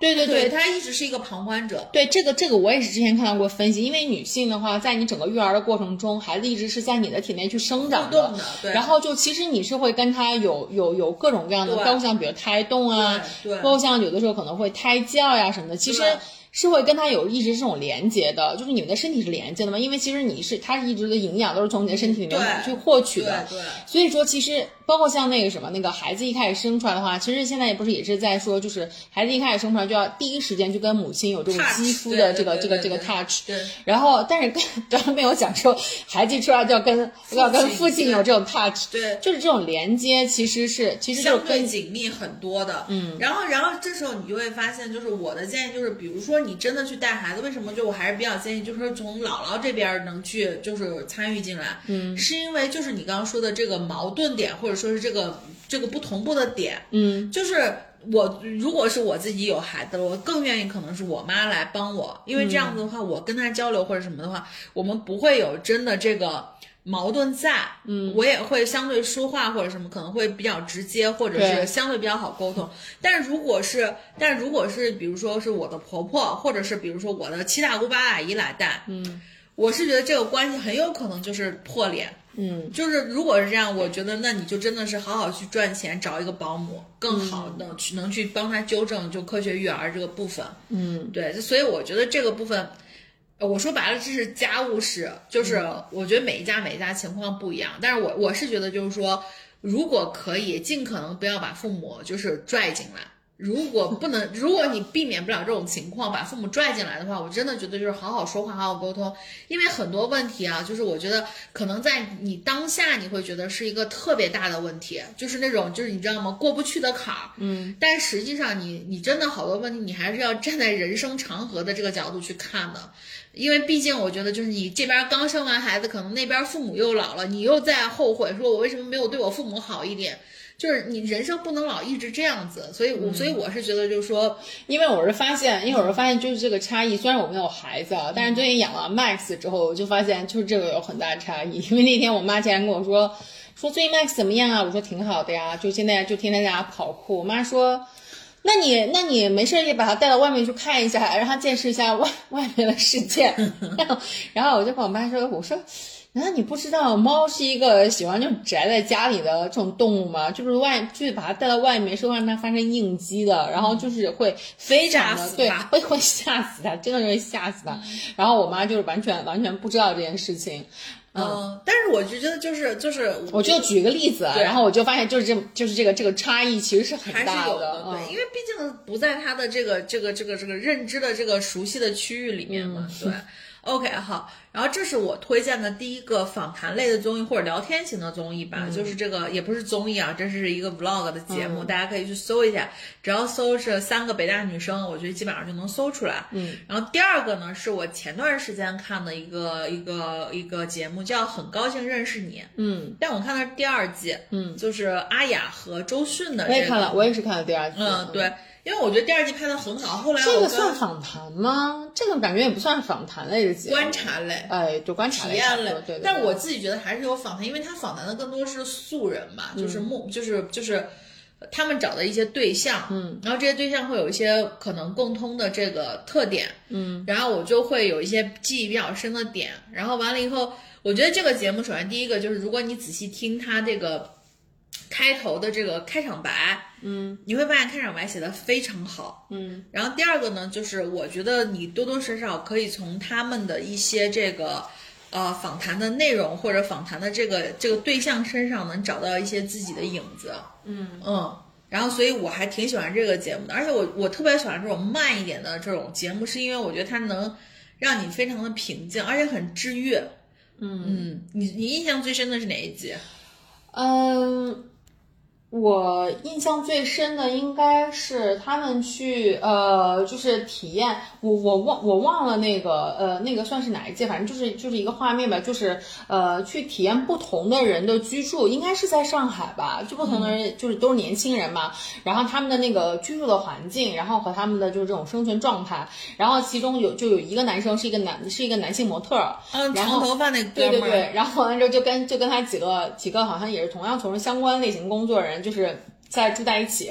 对对对，他一直是一个旁观者。对这个这个我也是之前看到过分析，因为女性的话，在你整个育儿的过程中，孩子一直是在你的体内去生长互动的对然后就其实你是会跟他有有有各种各样的，对包括像比如胎动啊，对对包括像有的时候可能会胎教呀、什么的，其实对。是会跟他有一直这种连接的，就是你们的身体是连接的嘛，因为其实你是，它是一直的营养都是从你的身体里面对去获取对的，对，所以说，其实包括像那个什么，那个孩子一开始生出来的话，其实现在也不是也是在说，就是孩子一开始生出来就要第一时间去跟母亲有这种 Touch，肌肤对的对这个对这个对这个对 touch。对。然后，但是 跟咱们没有讲说，孩子一出来就要跟要跟父亲有这种 touch，对就是这种连接，其实是其实就是相对跟紧密很多的，嗯，然后，然后这时候你就会发现，就是我的建议就是，比如说你真的去带孩子，为什么就我还是比较建议，就是从姥姥这边能去就是参与进来，嗯，是因为就是你刚刚说的这个矛盾点，或者说是这个这个不同步的点，嗯就是我如果是我自己有孩子了，我更愿意可能是我妈来帮我，因为这样子的话，我跟她交流或者什么的话，我们不会有真的这个矛盾在。嗯，我也会相对说话或者什么可能会比较直接，或者对是相对比较好沟通。但如果是，但如果是比如说是我的婆婆，或者是比如说我的七大姑八大姨来带，嗯，我是觉得这个关系很有可能就是破裂。嗯，就是如果是这样，我觉得那你就真的是好好去赚钱，找一个保姆，更好能去能去帮他纠正就科学育儿这个部分。嗯，对，就所以我觉得这个部分，呃我说白了这是家务事，就是我觉得每一家每一家情况不一样，但是我我是觉得就是说，如果可以，尽可能不要把父母就是拽进来。如果不能，如果你避免不了这种情况，把父母拽进来的话，我真的觉得就是好好说话，好好沟通。因为很多问题啊，就是我觉得可能在你当下你会觉得是一个特别大的问题，就是那种就是你知道吗，过不去的坎儿。嗯，但实际上你你真的好多问题，你还是要站在人生长河的这个角度去看的。因为毕竟我觉得，就是你这边刚生完孩子，可能那边父母又老了，你又在后悔，说我为什么没有对我父母好一点？就是你人生不能老一直这样子，所以我，所以我是觉得，就是说，因为我是发现，因为我是发现就是这个差异。虽然我没有孩子，啊，但是最近养了 Max 之后，我就发现就是这个有很大差异。因为那天我妈竟然跟我说，说最近 Max 怎么样啊？我说挺好的呀，就现在就天天在家跑酷。我妈说。那你那你没事也把他带到外面去看一下，让他见识一下外 外面的世 界。然后然后我就跟我妈说，我说。难道你不知道猫是一个喜欢就宅在家里的这种动物吗？就是外就是把它带到外面是会让它发生应激的，然后就是会非常吓的死对它，会会吓死它，真的是会吓死它。然后我妈就是完全完全不知道这件事情，嗯、但是我就觉得，就是就是，我就举个例子，啊对然后我就发现就是这就是这个这个差异其实是很还大是有的，嗯对，因为毕竟不在他的这个这个这个这个认知的这个熟悉的区域里面嘛，嗯对。OK，好，然后这是我推荐的第一个访谈类的综艺或者聊天型的综艺嗯吧，就是这个也不是综艺啊，这是一个 vlog 的节目，大家可以去搜一下，只要搜这三个北大女生，我觉得基本上就能搜出来。嗯，然后第二个呢，是我前段时间看的一个一个一个节目，叫《很高兴认识你》，嗯，但我看的是第二季，嗯，就是阿雅和周迅的、这我个，也看了，我也是看了第二季，嗯，对，因为我觉得第二季拍的很好，后来这我个跟算访谈吗？这个感觉也不算访谈类的节目，观察类。哎，就观察体类差不多验类，对对对。但我自己觉得还是有访谈，因为他访谈的更多是素人嘛，就是目，就是就是他们找的一些对象，嗯，然后这些对象会有一些可能共通的这个特点，嗯，然后我就会有一些记忆比较深的点，然后完了以后，我觉得这个节目首先第一个就是，如果你仔细听他这个开头的这个开场白，嗯，你会发现开场白写的非常好，然后第二个呢，就是我觉得你多多少少可以从他们的一些这个呃访谈的内容或者访谈的这个这个对象身上能找到一些自己的影子。嗯嗯。然后，所以我还挺喜欢这个节目的，而且我我特别喜欢这种慢一点的这种节目，是因为我觉得它能让你非常的平静，而且很治愈。嗯嗯，你你印象最深的是哪一集？嗯，我印象最深的应该是他们去呃，就是体验我我忘我忘了那个呃那个算是哪一届，反正就是就是一个画面吧，就是呃去体验不同的人的居住，应该是在上海吧，就不同的人、就是都是年轻人嘛，然后他们的那个居住的环境，然后和他们的就是这种生存状态，然后其中有就有一个男生是一个男是一个男性模特儿，嗯，然长后头发那哥对们对儿。对，然后完了之后就跟就跟他几个几个好像也是同样从事相关类型工作的人，就是在住在一起。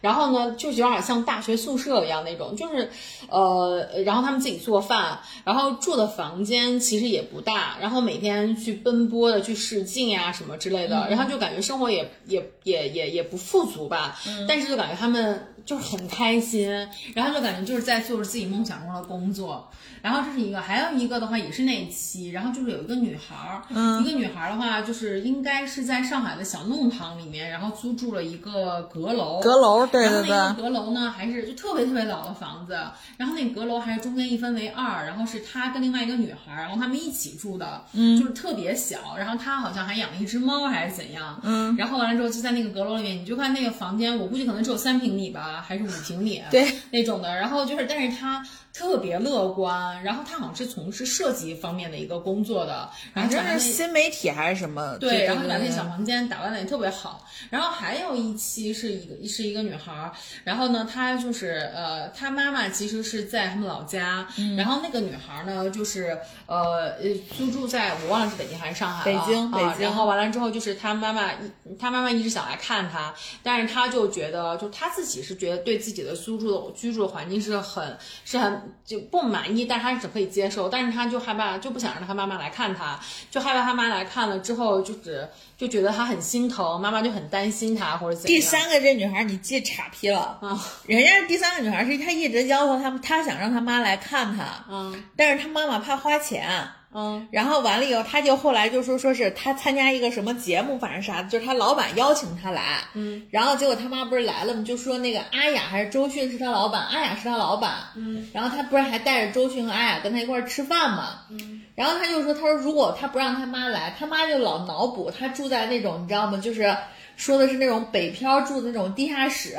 然后呢，就是有点像大学宿舍一样那种，就是，呃，然后他们自己做饭，然后住的房间其实也不大，然后每天去奔波的去试镜呀、什么之类的，然后就感觉生活也也也也也不富足吧，但是就感觉他们就是很开心，然后就感觉就是在做着自己梦想中的工作。然后这是一个，还有一个的话也是那一期，然后就是有一个女孩儿，嗯一个女孩儿的话就是应该是在上海的小弄堂里面，然后租住了一个阁楼，阁楼，对然后对那对，个阁楼呢，还是就特别特别老的房子，然后那个阁楼还是中间一分为二，然后是他跟另外一个女孩儿，然后他们一起住的，嗯，就是特别小，然后他好像还养了一只猫还是怎样，嗯，然后完了之后就在那个阁楼里面，你就看那个房间，我估计可能只有三平米吧，还是五平米，对那种的，然后就是但是他特别乐观，然后他好像是从事设计方面的一个工作的，然反后把他正是那新媒体还是什么，对，然后把那对小房间打扮的也特别好。然后还有一期是一个是一个女孩儿，然后呢，她就是呃，她妈妈其实是在他们老家，嗯然后那个女孩儿呢，就是呃呃租住在我忘了是北京还是上海了北京啊北京然后完了之后，就是她妈妈一她妈妈一直想来看她，但是她就觉得，就她自己是觉得对自己的租住的居住的环境是很是很就不满意，但是她是可以接受，但是她就害怕，就不想让她妈妈来看她，就害怕她妈来看了之后，就是就觉得她很心疼，妈妈就很担心她或者怎么第样。三个这女孩，你记岔劈了。啊，人家第三个女孩是她一直要求她，她想让她妈来看她，嗯但是她妈妈怕花钱，嗯，然后完了以后，他就后来就说说是他参加一个什么节目，反正啥的，就是他老板邀请他来，嗯，然后结果他妈不是来了吗？就说那个阿雅还是周迅是他老板，阿雅是他老板，嗯，然后他不是还带着周迅和阿雅跟他一块儿吃饭嘛，嗯，然后他就说，他说如果他不让他妈来，他妈就老脑补他住在那种你知道吗？就是说的是那种北漂住的那种地下室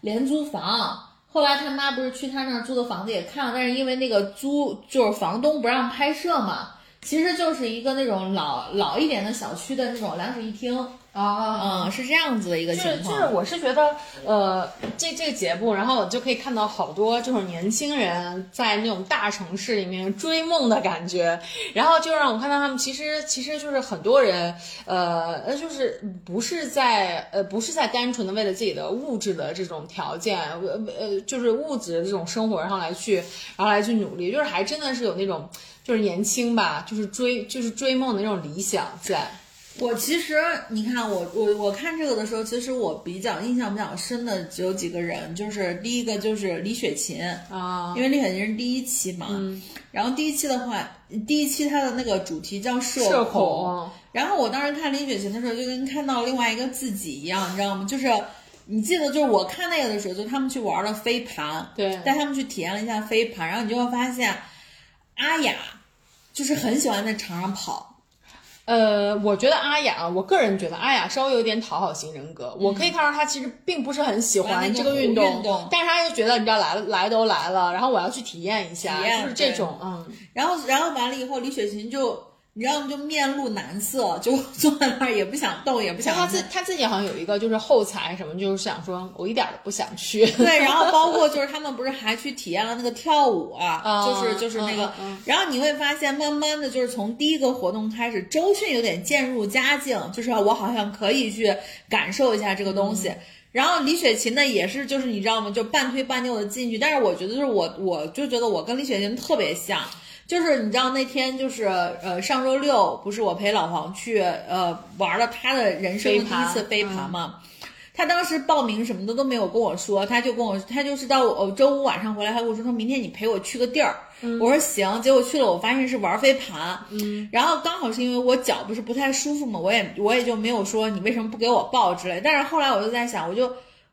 廉租房。后来他妈不是去他那儿租的房子也看了，但是因为那个租就是房东不让拍摄嘛，其实就是一个那种老老一点的小区的那种两室一厅，哦。嗯，是这样子的一个就是情就况。是，我是觉得，呃，这这个节目，然后我就可以看到好多这种年轻人在那种大城市里面追梦的感觉，然后就让我看到他们其实其实就是很多人，呃，呃就是不是在呃不是在单纯的为了自己的物质的这种条件，呃呃就是物质的这种生活上来去，然后来去努力，就是还真的是有那种就是年轻吧，就是追就是追梦的那种理想在，我其实你看我我我看这个的时候，其实我比较印象比较深的只有几个人，就是第一个就是李雪琴，啊因为李雪琴是第一期嘛，嗯然后第一期的话，第一期它的那个主题叫社社恐，恐然后我当时看李雪琴的时候，就跟看到另外一个自己一样，你知道吗？就是你记得，就是我看那个的时候，就他们去玩了飞盘，对带他们去体验了一下飞盘，然后你就会发现，阿雅就是很喜欢在场上跑。呃，我觉得阿雅，我个人觉得阿雅稍微有点讨好型人格。我可以看到她其实并不是很喜嗯玩欢那这种个运动，运动但是她就觉得你知道来了来都来了，然后我要去体验一下，体验就是这种嗯。然后，然后完了以后，李雪琴就你知道吗？就面露难色，就坐在那儿也不想动，也不但想她自她自己好像有一个就是后采什么，就是想说我一点儿都不想去。 对，然后包括就是他们不是还去体验了那个跳舞啊，啊就是就是那个嗯，嗯然后你会发现，慢慢的就是从第一个活动开始，周迅有点渐入佳境，就是我好像可以去感受一下这个东西。嗯然后李雪琴呢，也是就是你知道吗？就半推半就的进去，但是我觉得就是我我就觉得我跟李雪琴特别像。就是你知道那天就是呃上周六不是我陪老黄去呃玩了他的人生的第一次飞飞盘嗯盘嘛，他当时报名什么的都没有跟我说，他就跟我，他就是到我周五晚上回来，他跟我说，他明天你陪我去个地儿。我说行，结果去了，我发现是玩飞盘。嗯，然后刚好是因为我脚不是不太舒服嘛，我也我也就没有说你为什么不给我报之类。但是后来我就在想，我就。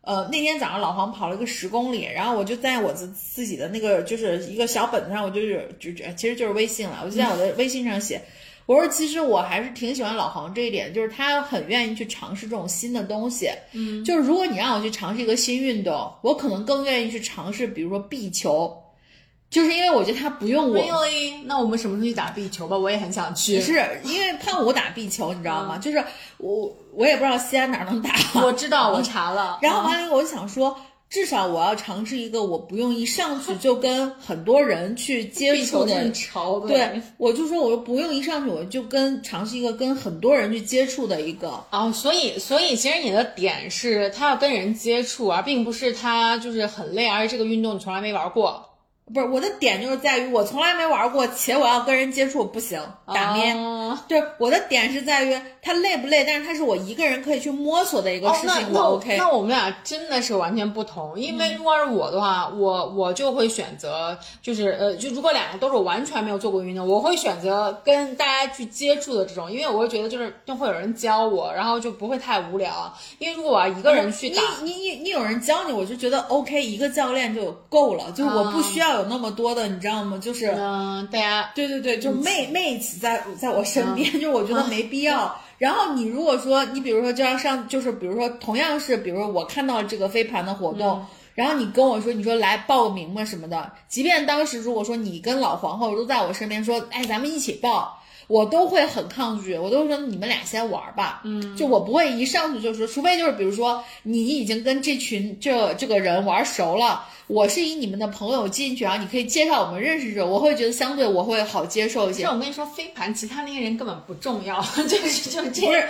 呃，那天早上老黄跑了个十公里，然后我就在我自自己的那个就是一个小本子上，我就是就就其实就是微信了，我就在我的微信上写，我说，其实我还是挺喜欢老黄这一点，就是他很愿意去尝试这种新的东西。嗯，就是如果你让我去尝试一个新运动，我可能更愿意去尝试，比如说壁球，就是因为我觉得他不用我 Really？那哎我们什么时候去打壁球吧？我也很想去。是因为胖虎打壁球，你知道吗？就是我我也不知道西安哪儿能打，我知道，我查了。嗯然后完了以后，我就想说，至少我要尝试一个我不用一上去就跟很多人去接壁触球的很潮，对，我就说，我说不用一上去我就跟尝试一个跟很多人去接触的一个，哦，所以所以其实你的点是他要跟人接触，而并不是他就是很累，而且这个运动你从来没玩过。不是我的点就是在于我从来没玩过，且我要跟人接触不行，打咩。哦就是我的点是在于它累不累，但是它是我一个人可以去摸索的一个哦事那情，那我我 OK。嗯那我们俩真的是完全不同，因为如果是我的话，我我就会选择，就是呃，就如果两个都是我完全没有做过运动，我会选择跟大家去接触的这种，因为我会觉得就是就会有人教我，然后就不会太无聊。因为如果我要一个人去打，嗯你你你你有人教你，我就觉得 OK，一个教练就够了，就是我不需要有那么多的，你知道吗？就是。啊嗯，大家对对对，就妹妹子在在我身嗯边，就是我觉得没必要。然后你如果说你比如说就要上，就是比如说同样是，比如说我看到这个飞盘的活动。嗯然后你跟我说，你说来报名吧什么的，即便当时如果说你跟老皇后都在我身边说，哎，咱们一起报，我都会很抗拒，我都会说你们俩先玩儿吧，嗯，就我不会一上去就说，除非就是比如说你已经跟这群这这个人玩熟了，我是以你们的朋友进去，然后你可以介绍我们认识这，我会觉得相对我会好接受一其些实。我跟你说，飞盘其他那些人根本不重要， 就是就是这不是这有点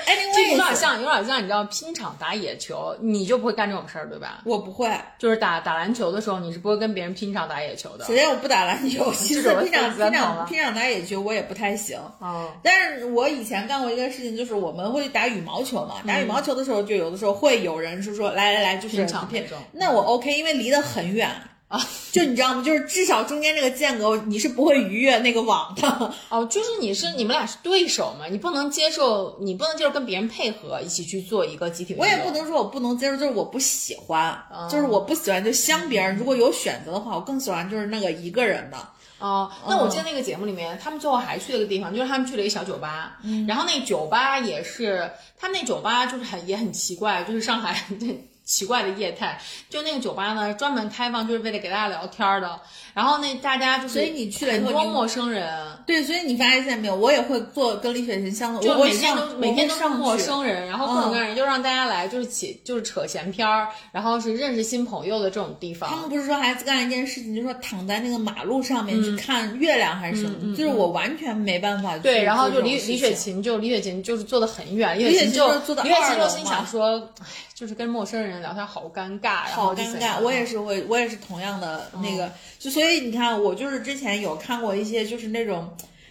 ，anyway，像有点像你知道拼场打野球，你就不会干这种事儿对吧？我不会。就是打打篮球的时候，你是不会跟别人拼场打野球的首。先我不打篮球，其次这种拼场分子拼好了场拼场打野球我也不太行。哦，但是我以前干过一个事情，就是我们会打羽毛球嘛，打羽毛球的时候，就有的时候会有人是说来来来，就嗯是拼场拼那种那我 OK，因为离得很远，啊，就你知道吗？就是至少中间这个间隔，你是不会逾越那个网的。哦，就是你是你们俩是对手嘛，你不能接受，你不能接受跟别人配合一起去做一个集体运我动。也不能说我不能接受，就是我不喜欢，啊就是我不喜欢就相别人。如果有选择的话，我更喜欢就是那个一个人的。哦，那我记得那个节目里面，他们最后还去了一个地方，就是他们去了一个小酒吧，嗯然后那酒吧也是，他们那酒吧就是很也很奇怪，就是上海这奇怪的业态，就那个酒吧呢专门开放就是为了给大家聊天儿的，然后那大家就是所以你去了以很后多你陌生人，对，所以你发现没有，我也会做跟李雪琴相同，就我我每天都上每天都是我会上陌去嗯生人，然后各种各样人，就让大家来就是起就是扯闲篇儿，然后是认识新朋友的这种地他们方。不是说还干了一件事情，就说躺在那个马路上面嗯去看月亮还是什么，就是我完全没办法去对，然后就做这种李事李雪情琴就李雪琴就是坐的很远，李李雪琴琴就就是坐得李雪琴二就楼心嘛想说，哎，就是跟陌生人聊天好尴尬，然好后就尴怎尬，样我也是，我我也是同样的那个，就所以你看，我就是之前有看过一些，就是那种，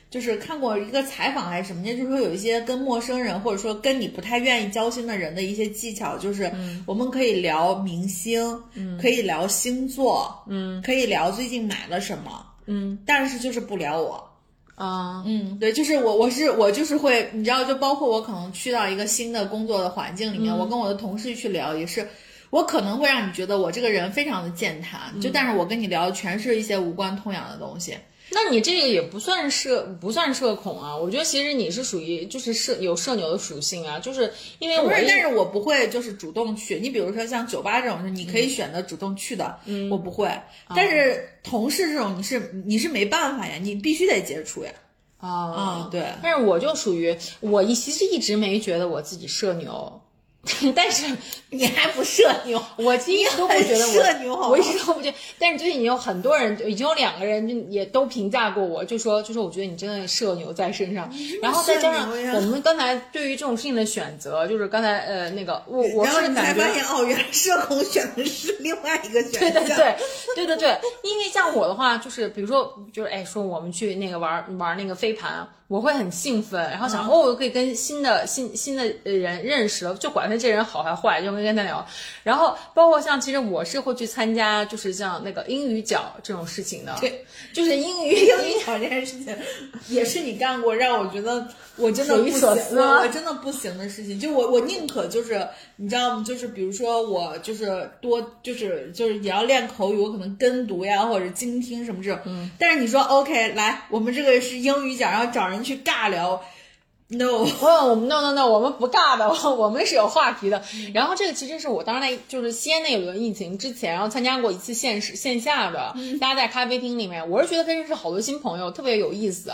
就是看过一个采访还是什么的，就是说有一些跟陌生人或者说跟你不太愿意交心的人的一些技巧，就是我们可以聊明星，可以聊星座，嗯，可以聊最近买了什么，嗯，但是就是不聊我，啊，嗯，对，就是我，我是我就是会，你知道，就包括我可能去到一个新的工作的环境里面，嗯我跟我的同事去聊，也是，我可能会让你觉得我这个人非常的健谈，嗯就但是我跟你聊的全是一些无关痛痒的东西。那你这个也不算社，不算社恐啊。我觉得其实你是属于就是社有社牛的属性啊，就是因为不我是，一但是我不会就是主动去。你比如说像酒吧这种，你可嗯以选择主动去的，我不会。啊但是同事这种，你是你是没办法呀，你必须得接触呀。啊嗯，对但是我就属于我一其实一直没觉得我自己社牛， 但是你还不社牛，我其实都不觉得我你很社牛好吗我一直都不觉得。但是最近有很多人，已经有两个人就也都评价过我，就说就说我觉得你真的社牛在身上。然后再加上社牛呀我们刚才对于这种事情的选择，就是刚才呃那个我我然后是你才感发觉现。哦，原来社恐选的是另外一个选项。对对对，对对对，因为像我的话，就是比如说，就是哎，说我们去那个玩玩那个飞盘，我会很兴奋，然后想、哦，我可以跟新的新新的呃人认识了，就管他这人好还坏，就会跟他聊。然后包括像其实我是会去参加，就是像那个英语角这种事情的， 对，就是英 语英语角这件事情，也是你干过让我觉得我真的匪不夷行，所思啊我我真的不行的事情。就我我宁可就是你知道吗？就是比如说我就是多就是就是也要练口语，我可能跟读呀或者精听什么这种。嗯、但是你说 OK，来我们这个是英语角，然后找人去尬聊，no。 不，我们 no no no，我们不尬的，我们是有话题的。然后这个其实是我当时在就是西安那一轮疫情之前，然后参加过一次线实线下的，大家在咖啡厅里面，我是觉得认识好多新朋友，特别有意思。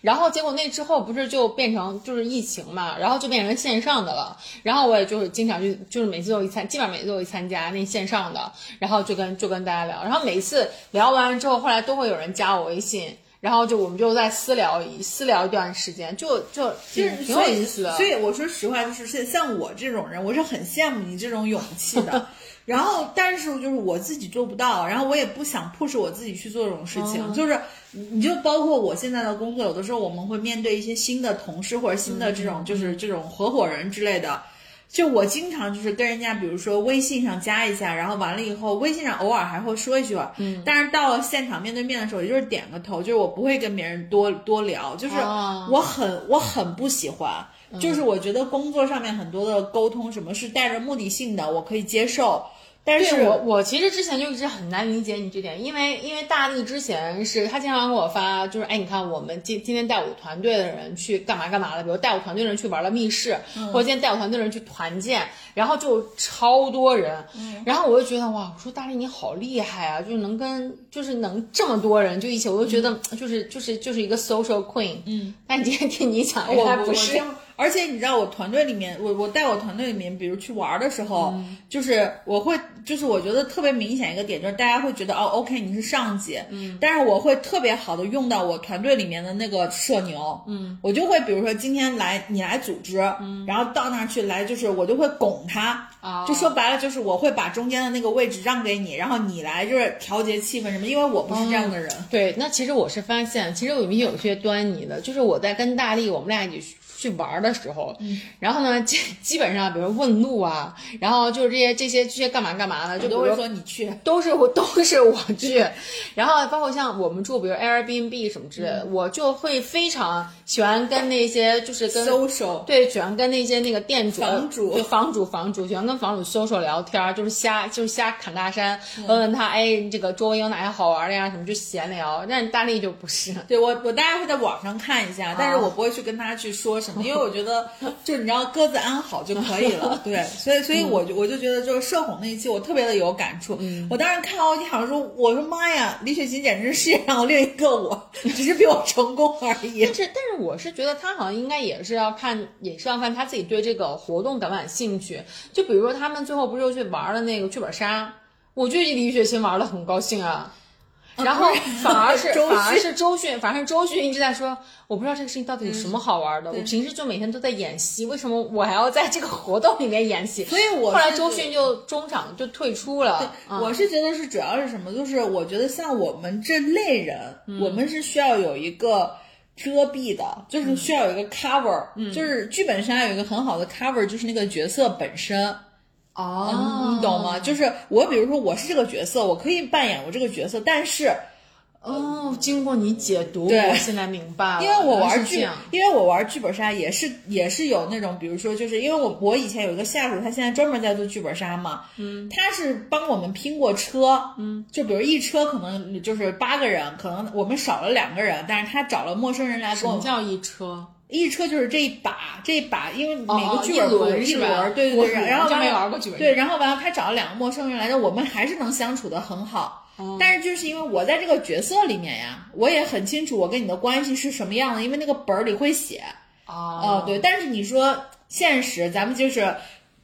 然后结果那之后不是就变成就是疫情嘛，然后就变成线上的了。然后我也就是经常去，就是每次都会参，基本上每次都会参加那线上的，然后就跟就跟大家聊，然后每一次聊完之后，后来都会有人加我微信。然后就我们就在私聊一私聊一段时间，就就就挺是挺所有以意思的。所以我说实话，就是像像我这种人，我是很羡慕你这种勇气 的。然后，但是就是我自己做不到，然后我也不想 push 我自己去做这种事情。嗯就是你你就包括我现在的工作，有的时候我们会面对一些新的同事或者新的嗯这种、就是这种合伙人之类的。就我经常就是跟人家，比如说微信上加一下，然后完了以后，微信上偶尔还会说一句话，嗯，但是到了现场面对面的时候，也就是点个头，就是我不会跟别人多多聊，就是哦嗯我很我很不喜欢，就是我觉得工作上面很多的沟通，什么是带着目的性的，我可以接受，但是对我，我其实之前就一直很难理解你这点，因为因为大力之前是他经常给我发，就是哎，你看我们今今天带我团队的人去干嘛干嘛的，比如带我团队的人去玩了密室，或者今天带我团队的人去团建，然后就超多人，然后我就觉得哇，我说大力你好厉害啊，就是能跟就是能这么多人就一起，我就觉得就是就是就是一个 social queen，嗯，但你今天听你讲，我原来我不是这，样而且你知道，我团队里面，我我带我团队里面，比如去玩的时候，就是我会，就是我觉得特别明显一个点，就是大家会觉得哦，OK，你是上级，嗯，但是我会特别好的用到我团队里面的那个社牛，嗯，我就会比如说今天来你来组织，嗯，哦然后到那儿去来就是我就会拱他，啊就说白了就是我会把中间的那个位置让给你，然后你来就是调节气氛什么，因为我不是这样的人，对，那其实我是发现，其实我们有些端倪的，就是我在跟大力，我们俩一起去去玩儿的时候，嗯然后呢，基基本上比如问路啊，然后就是这些这些这些干嘛干嘛的，就我比都如会说说你去。都是我都是我去，然后包括像我们住，比如 Airbnb 什么之类的，嗯我就会非常喜欢跟那些就是跟 social 对，喜欢跟那些那个店主、房主对房主、房主，喜欢跟房主 social 聊天儿，就是瞎就是瞎侃大山，嗯问问他，哎，这个周围有哪些好玩的呀，什么就闲聊。但是大力就不是，对我，我大概会在网上看一下，但是我啊不会去跟他去说什么，因为我 觉得就是你知道鸽子安好就可以了。对，所以所嗯以我就我就觉得就是社恐那一期我特别的有感触。我当时看奥运好像说，我说妈呀，李雪琴简直是世界上另一个我，只是比我成功而已但。是，但是我是觉得他好像应该也是要看，也是要看他自己对这个活动感不感兴趣。就比如说他们最后不是又去玩了那个剧本杀，我觉得李雪琴玩的很高兴啊。然后反 而是周迅反而是周迅，反而是周迅一直在说，我不知道这个事情到底有嗯什么好玩的。我平时就每天都在演戏，为什么我还要在这个活动里面演戏？所以我后来是周迅就中场就退出了。嗯我是觉得是主要是什么？就是我觉得像我们这类人，嗯我们是需要有一个遮蔽的，就是需要有嗯一个 cover，、就是剧本杀有一个很好的 cover，就是那个角色本身。嗯哦你懂吗？就是我，比如说我是这个角色，我可以扮演我这个角色，但是哦，经过你解读，对我现在明白了，因为我原来玩呃是这剧样，因为我玩剧本杀也是也是有那种，比如说就是因为我我以前有一个下属，他现在专门在做剧本杀嘛，嗯，他是帮我们拼过车，嗯，就比如一车可能就是八个人，可能我们少了两个人，但是他找了陌生人来什跟我么们叫一车？一车就是这一把，这一把，因为每哦哦个剧一本不轮一是吧轮对我对对，然后我就没完了玩过剧本对，然后完了他找了两个陌生人来，但我们还是能相处的很好。嗯但是就是因为我在这个角色里面呀，我也很清楚我跟你的关系是什么样的，因为那个本儿里会写。哦哦，，对，但是你说现实，咱们就是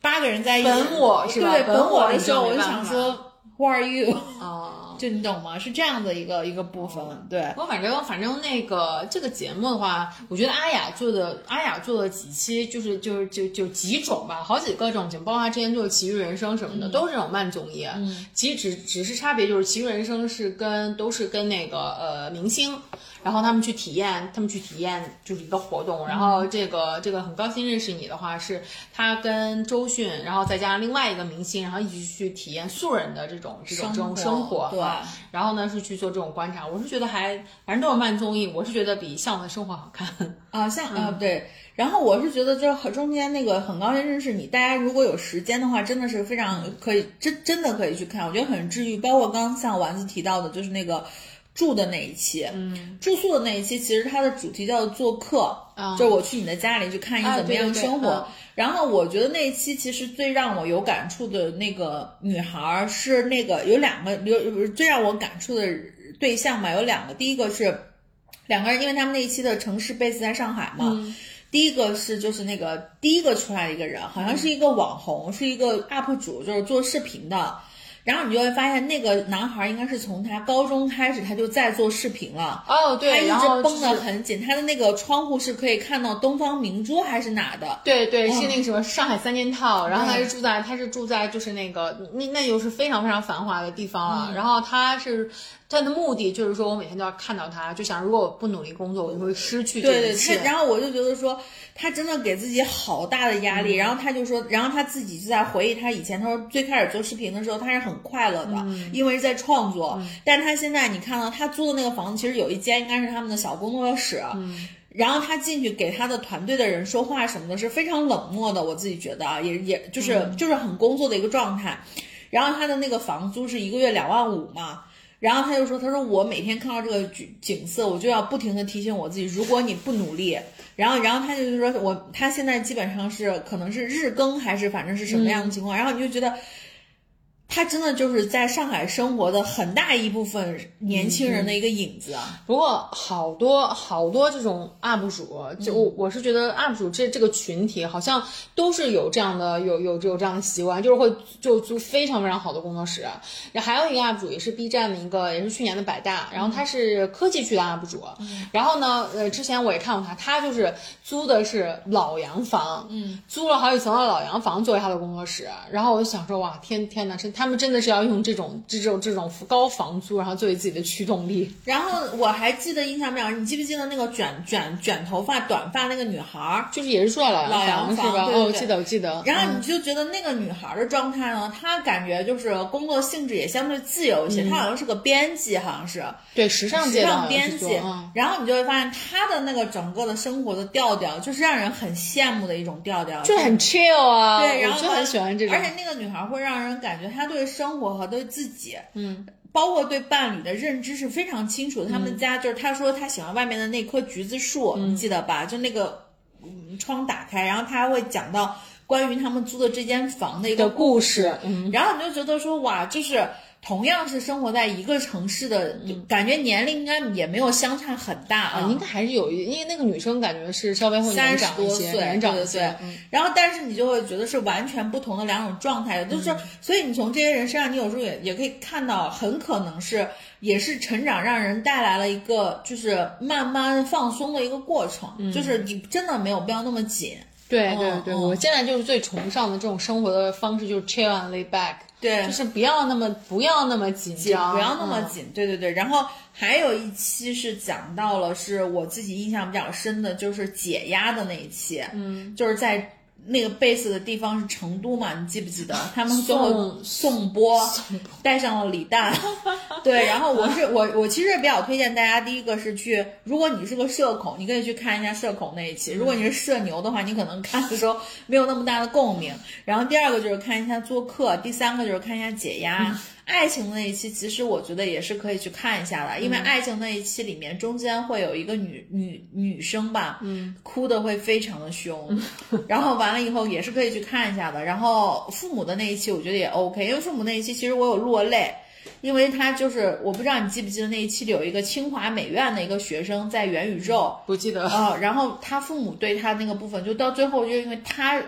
八个人在一起，本我是吧对，本本我我的你时就候，没我就办想法说，Who are you？哦。就你懂吗？是这样的一个一个部分，对。我反正反正那个这个节目的话，我觉得阿雅做的阿雅做的几期就是就是就就几种吧，好几个种节目，包括她之前做的《奇遇人生》什么的，都是这种慢综艺。嗯，其实只只是差别就是《奇遇人生》是跟都是跟那个呃明星，然后他们去体验，他们去体验就是一个活动，然后这个这个很高兴认识你的话是他跟周迅，然后再加上另外一个明星，然后一起去体验素人的这种这种这种生活，对啊然后呢是去做这种观察，我是觉得还反正都是慢综艺，我是觉得比《向往的生活》好看。啊，像啊、对，然后我是觉得这和中间那个很高兴认识你，大家如果有时间的话，真的是非常可以，真真的可以去看，我觉得很治愈。包括刚刚像丸子提到的，就是那个住的那一期，嗯，住宿的那一期，其实它的主题叫做客，啊就是我去你的家里去看你啊怎么对对样对生活。啊然后我觉得那一期其实最让我有感触的那个女孩儿是那个有两个有有最让我感触的对象嘛，有两个，第一个是两个人，因为他们那一期的城市 base 在上海嗯嘛。第一个是就是那个第一个出来的一个人，好像是一个网红，是一个 UP 主，就是做视频的。然后你就会发现，那个男孩应该是从他高中开始，他就在做视频了。哦，他对，一然后直就绷得是。很紧，他的那个窗户是可以看到东方明珠还是哪的。对对，是那个什么上海三件套，然后嗯他是住在他是住在就是那个那那又是非常非常繁华的地方了。嗯然后他是他的目的就是说我每天都要看到他，就想如果我不努力工作，我就会失去对这对，一他切。然后我就觉得说，他真的给自己好大的压力。然后他就说，然后他自己就在回忆他以前，他说最开始做视频的时候，他是很快乐的，因为是在创作。但他现在你看啊到他租的那个房子，其实有一间应该是他们的小工作室。然后他进去给他的团队的人说话什么的，是非常冷漠的。我自己觉得啊，也也就是、就是很工作的一个状态。然后他的那个房租是一个月两万五嘛。然后他就说：“他说我每天看到这个景景色，我就要不停的提醒我自己，如果你不努力，然后然后他就是说我他现在基本上是可能是日更还是反正是什么样的情况，然后你就觉得他真的就是在上海生活的很大一部分年轻人的一个影子啊。不过好多好多这种 UP 主，就我我是觉得 UP 主这这个群体好像都是有这样的有有有这样的习惯，就是会就租非常非常好的工作室。然后还有一个 UP 主也是 B 站的一个，也是去年的百大，然后他是科技区的 UP 主。然后呢，呃，之前我也看过他，他就是租的是老洋房，嗯，租了好几层的老洋房作为他的工作室。然后我就想说，哇，天天呐，真他们真的是要用这种这种这种高房租，然后作为自己的驱动力。然后我还记得印象非常深，你记不记得那个卷卷卷头发短发那个女孩儿？就是也是住到老老房洋是房吧？对哦，对我对记得我记得。然后你就觉得那个女孩的状态呢，她感觉就是工作性质也相对自由一些，她好像是个编辑，好像是对时尚时界的好尚像编是辑说啊嗯。然后你就会发现她的那个整个的生活的调调，就是让人很羡慕的一种调调，就是很 chill 啊，对，然我后就她很喜欢这种而。且那个女孩会让人感觉她对生活和对自己，嗯，包括对伴侣的认知是非常清楚的。他们家就是她说她喜欢外面的那棵橘子树，你记得吧？就那个嗯窗打开，然后她还会讲到关于他们租的这间房的一个的故事，事，嗯，然后你就觉得说哇，就是。同样是生活在一个城市的，感觉年龄应该也没有相差很大啊，应该还是有一，因为那个女生感觉是稍微会年三十长一多些，岁，年长对一对些，对嗯然后，但是你就会觉得是完全不同的两种状态，就是、所以你从这些人身上，你有时候也也可以看到，很可能是也是成长让人带来了一个就是慢慢放松的一个过程，就是你真的没有必要那么紧。对嗯对对，嗯我现在就是最崇尚的这种生活的方式，就是 chill and lay back，对就是不要那么不要那么紧紧，张，不要那么嗯紧。对对对，然后还有一期是讲到了，是我自己印象比较深的，就是解压的那一期。嗯，就是在那个 base 的地方是成都嘛，你记不记得？他们最后宋宋波带上了 李诞，对。然后我是我我其实比较推荐大家，第一个是去，如果你是个社恐，你可以去看一下社恐那一期；如果你是社牛的话，你可能看的时候没有那么大的共鸣。然后第二个就是看一下做客，第三个就是看一下解压。 爱情那一期，其实我觉得也是可以去看一下的，因为爱情那一期里面中间会有一个女女女生吧，嗯，哭的会非常的凶，然后完了以后也是可以去看一下的。然后父母的那一期，我觉得也 OK，因为父母那一期其实我有落泪。因为他就是，我不知道你记不记得那一期里有一个清华美院的一个学生在元宇宙，不记得，啊、然后他父母对他那个部分，就到最后就因为他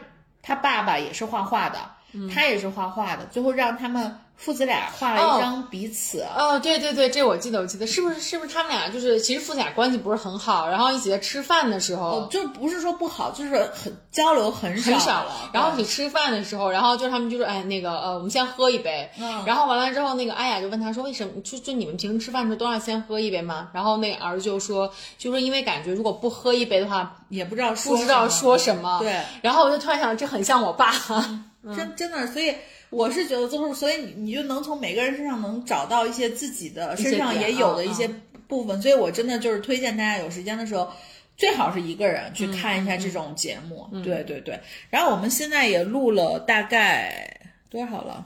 他爸爸也是画画的，嗯他也是画画的，最后让他们父子俩画了哦一张彼此。哦，对对对，这我记得，我记得，是不是是不是他们俩就是其实父子俩关系不是很好，然后一起在吃饭的时候哦，。就不是说不好，就是很交流很少很了，少对然后一起吃饭的时候，然后就是他们就说，哎，那个呃，我们先喝一杯。嗯然后完了之后，那个阿雅就问他说，为什么就就你们平时吃饭的时候都要先喝一杯吗？然后那个儿子就说，就说因为感觉如果不喝一杯的话，也不知道说不知道说什什么。么，对，然后我就突然想，这很像我爸。嗯真真的，所以我是觉得就是，所以你你就能从每个人身上能找到一些自己的些身上点也有的嗯一些部分，所以我真的就是推荐大家有时间的时候。最好是一个人嗯去看一下这种节目，对对对。然后我们现在也录了大概多少了？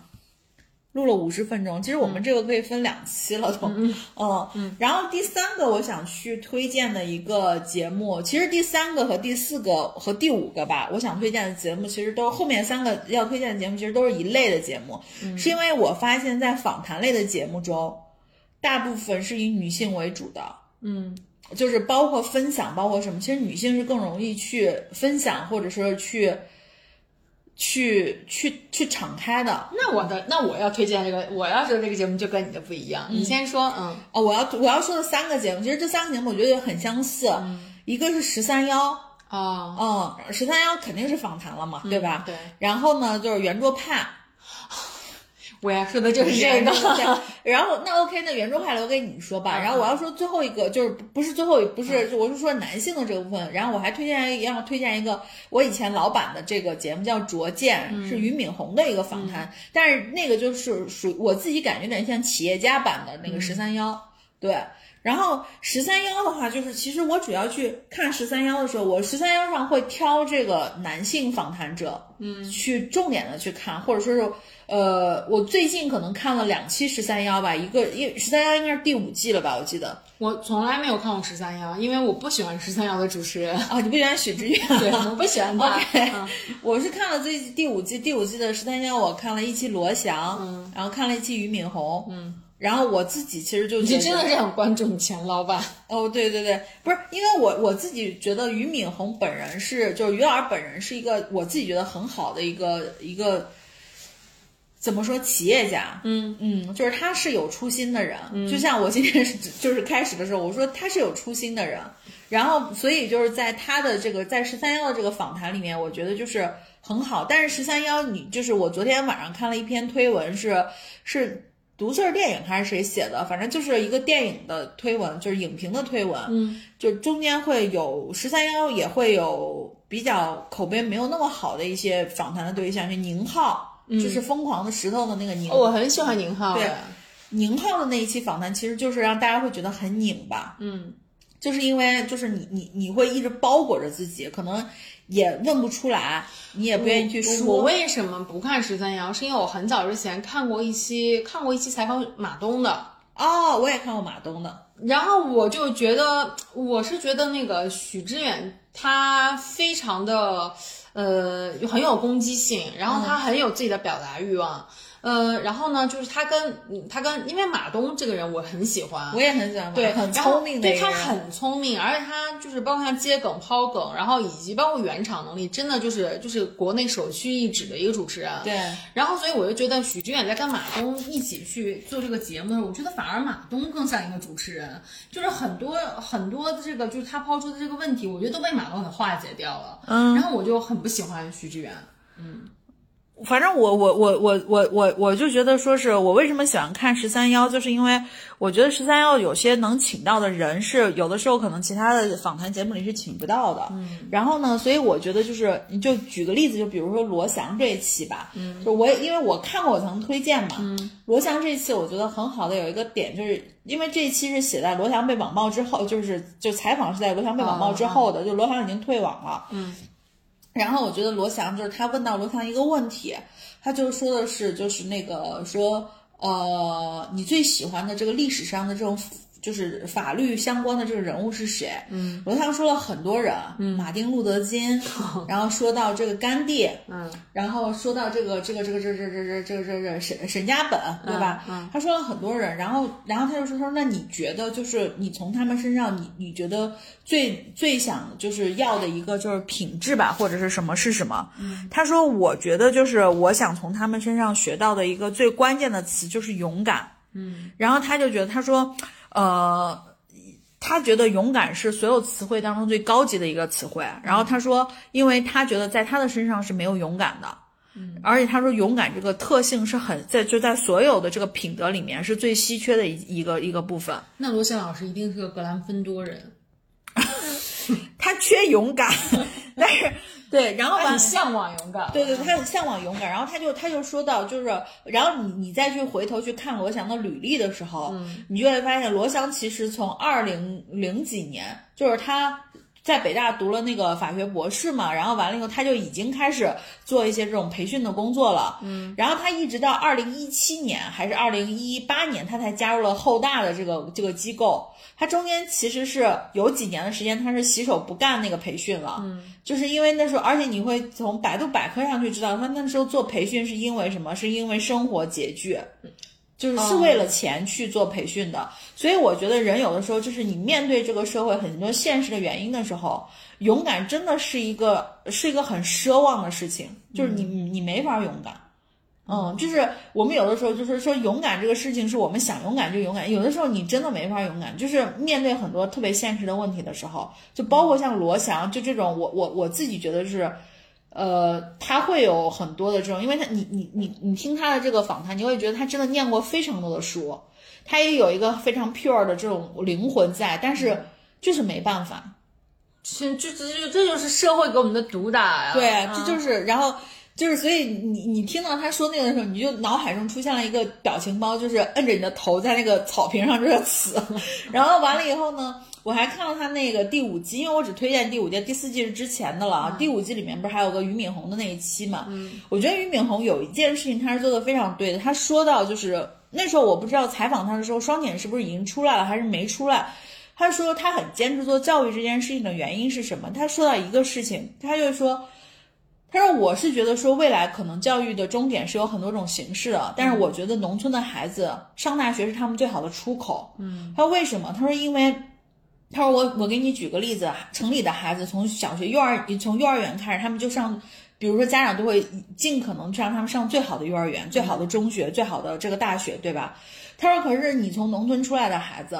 录了五十分钟。其实我们这个可以分两期了都， 嗯然后第三个我想去推荐的一个节目，其实第三个和第四个和第五个吧，我想推荐的节目其实都后面三个要推荐的节目其实都是一类的节目，是因为我发现在访谈类的节目中，大部分是以女性为主的，嗯，就是包括分享，包括什么，其实女性是更容易去分享，或者说去。去去去敞开的， 那我的那我要推荐这个，我要说这个节目就跟你的不一样。你先说，嗯，哦，我要我要说的三个节目，其实这三个节目我觉得也很相似，一个是十三幺，哦，嗯，十三幺肯定是访谈了嘛，对吧？对。然后呢，就是圆桌派，我要说的就是 这圆桌个。派。然后那 OK，那圆桌派留给你说吧。嗯然后我要说最后一个，就是不是最后一，不是，就我是说男性的这个部分。然后我还推荐要推荐一个我以前老版的这个节目叫《拙见》，嗯是俞敏洪的一个访谈，但是那个就是属我自己感觉有点像企业家版的那个十三嗯幺，对。然后十三幺的话，就是其实我主要去看十三幺的时候，我十三幺上会挑这个男性访谈者，嗯，去重点的去看，或者说是呃，我最近可能看了两期十三幺吧，一个因十三幺应该是第五季了吧，我记得我从来没有看过十三幺，因为我不喜欢十三幺的主持 人。啊，你不喜欢许知远？对， 我不喜欢他。 OK 嗯 我是看了这第五季，第五季的十三幺，我看了一期罗翔，嗯，然后看了一期俞敏洪，嗯，然后我自己其实就你觉就得真的是很关注你前老板。哦，对对对，不是，因为我我自己觉得俞敏洪本人是，就是俞老师本人是一个我自己觉得很好的一个一个，怎么说企业家，嗯嗯，就是他是有初心的人，就像我今天是就是开始的时候我说他是有初心的人，然后所以就是在他的这个在十三幺的这个访谈里面，我觉得就是很好。但是十三幺，你就是我昨天晚上看了一篇推文是，是毒字儿电影还是谁写的？反正就是一个电影的推文，就是影评的推文。嗯，就中间会有十三幺，也会有比较口碑没有那么好的一些访谈的对象，是宁浩，就是疯狂的石头的那个宁。哦我很喜欢宁浩，哎对宁浩的那一期访谈，其实就是让大家会觉得很拧巴，嗯，就是因为就是你你你会一直包裹着自己，可能也问不出来，你也不愿意去说。我为什么不看十三幺？是因为我很早之前看过一期，看过一期采访马东的，哦，我也看过马东的，然后我就觉得，我是觉得那个许知远他非常的，呃，很有攻击性，然后他很有自己的表达欲望，呃，然后呢，就是他跟嗯他跟，因为马东这个人我很喜欢，我也很喜欢马嗯东，对，很然后聪明的一对个他人很聪明，而且他就是包括他接梗、抛梗，然后以及包括圆场能力，真的就是就是国内首屈一指的一个主持人，对对，然后，所以我就觉得许知远在跟马东一起去做这个节目的时候，我觉得反而马东更像一个主持人，就是很多很多的这个就是他抛出的这个问题，我觉得都被马东给化解掉了。嗯，然后我就很不喜欢许知远。反正我我我我我我我就觉得说是我为什么喜欢看十三幺，就是因为我觉得十三幺有些能请到的人是有的时候可能其他的访谈节目里是请不到的。嗯，然后呢，所以我觉得就是你就举个例子，就比如说罗翔这一期吧，嗯，就我也因为我看过我曾推荐嘛，嗯，罗翔这一期我觉得很好的有一个点就是。因为这一期是写在罗翔被网暴之后，就是就采访是在罗翔被网暴之后的，就罗翔已经退网了。然后我觉得罗翔就是他问到罗翔一个问题，他就说的是就是那个说呃你最喜欢的这个历史上的这种就是法律相关的这个人物是谁？嗯，罗翔说了很多人，嗯，马丁路德 金，然后说到这个甘地，嗯，然后说到这个这个这个这个这个这个这个这个沈沈家本，对吧？嗯他说了很多人，然后然后他就说说，那你觉得就是你从他们身上，你你觉得最最想就是要的一个就是品质吧，或者是什么是什么？嗯他说，我觉得就是我想从他们身上学到的一个最关键的词就是勇敢。嗯，然后他就觉得他说，呃。他觉得勇敢是所有词汇当中最高级的一个词汇。然后他说，因为他觉得在他的身上是没有勇敢的，而且他说勇敢这个特性是很在就在所有的这个品德里面是最稀缺的一一个一个部分。那罗翔老师一定是个格兰芬多人，他缺勇敢， 但是对，然后他完很向往勇敢。对对，他很向往勇敢。然后他就他就说到，就是然后你你再去回头去看罗翔的履历的时候，你就会发现罗翔其实从二零零几年，就是他。在北大读了那个法学博士嘛，然后完了以后，他就已经开始做一些这种培训的工作了。嗯，然后他一直到二零一七年还是二零一八年，他才加入了后大的这个这个机构。他中间其实是有几年的时间，他是洗手不干那个培训了。嗯，就是因为那时候，而且你会从百度百科上去知道，他那时候做培训是因为什么？是因为生活拮据，就是是为了钱去做培训的。所以我觉得人有的时候就是你面对这个社会很多现实的原因的时候，勇敢真的是一个是一个很奢望的事情，就是你你你没法勇敢。嗯，就是我们有的时候就是说勇敢这个事情，是我们想勇敢就勇敢，有的时候你真的没法勇敢。就是面对很多特别现实的问题的时候，就包括像罗翔，就这种我我我自己觉得是，呃，他会有很多的这种，因为他你你你你听他的这个访谈，你会觉得他真的念过非常多的书，他也有一个非常 pure 的这种灵魂在，但是就是没办法，这这这这就是社会给我们的毒打呀。嗯对，这就是，然后就是，所以你你听到他说那个的时候，你就脑海中出现了一个表情包，就是摁着你的头在那个草坪上热死。 然后完了以后呢，我还看到他那个第五季，因为我只推荐第五季，第四季是之前的了啊。第五季里面不是还有个俞敏洪的那一期嘛？我觉得俞敏洪有一件事情他是做的非常对的，他说到就是那时候我不知道采访他的时候，双减是不是已经出来了，还是没出来。他说他很坚持做教育这件事情的原因是什么？他说到一个事情，他就说，他说我是觉得说未来可能教育的终点是有很多种形式的，但是我觉得农村的孩子上大学是他们最好的出口。嗯，他说为什么？他说因为。他说我我给你举个例子，啊城里的孩子从小学、幼儿从幼儿园开始，他们就上，比如说家长都会尽可能让他们上最好的幼儿园、最好的中学、最好的这个大学，对吧？他说，可是你从农村出来的孩子，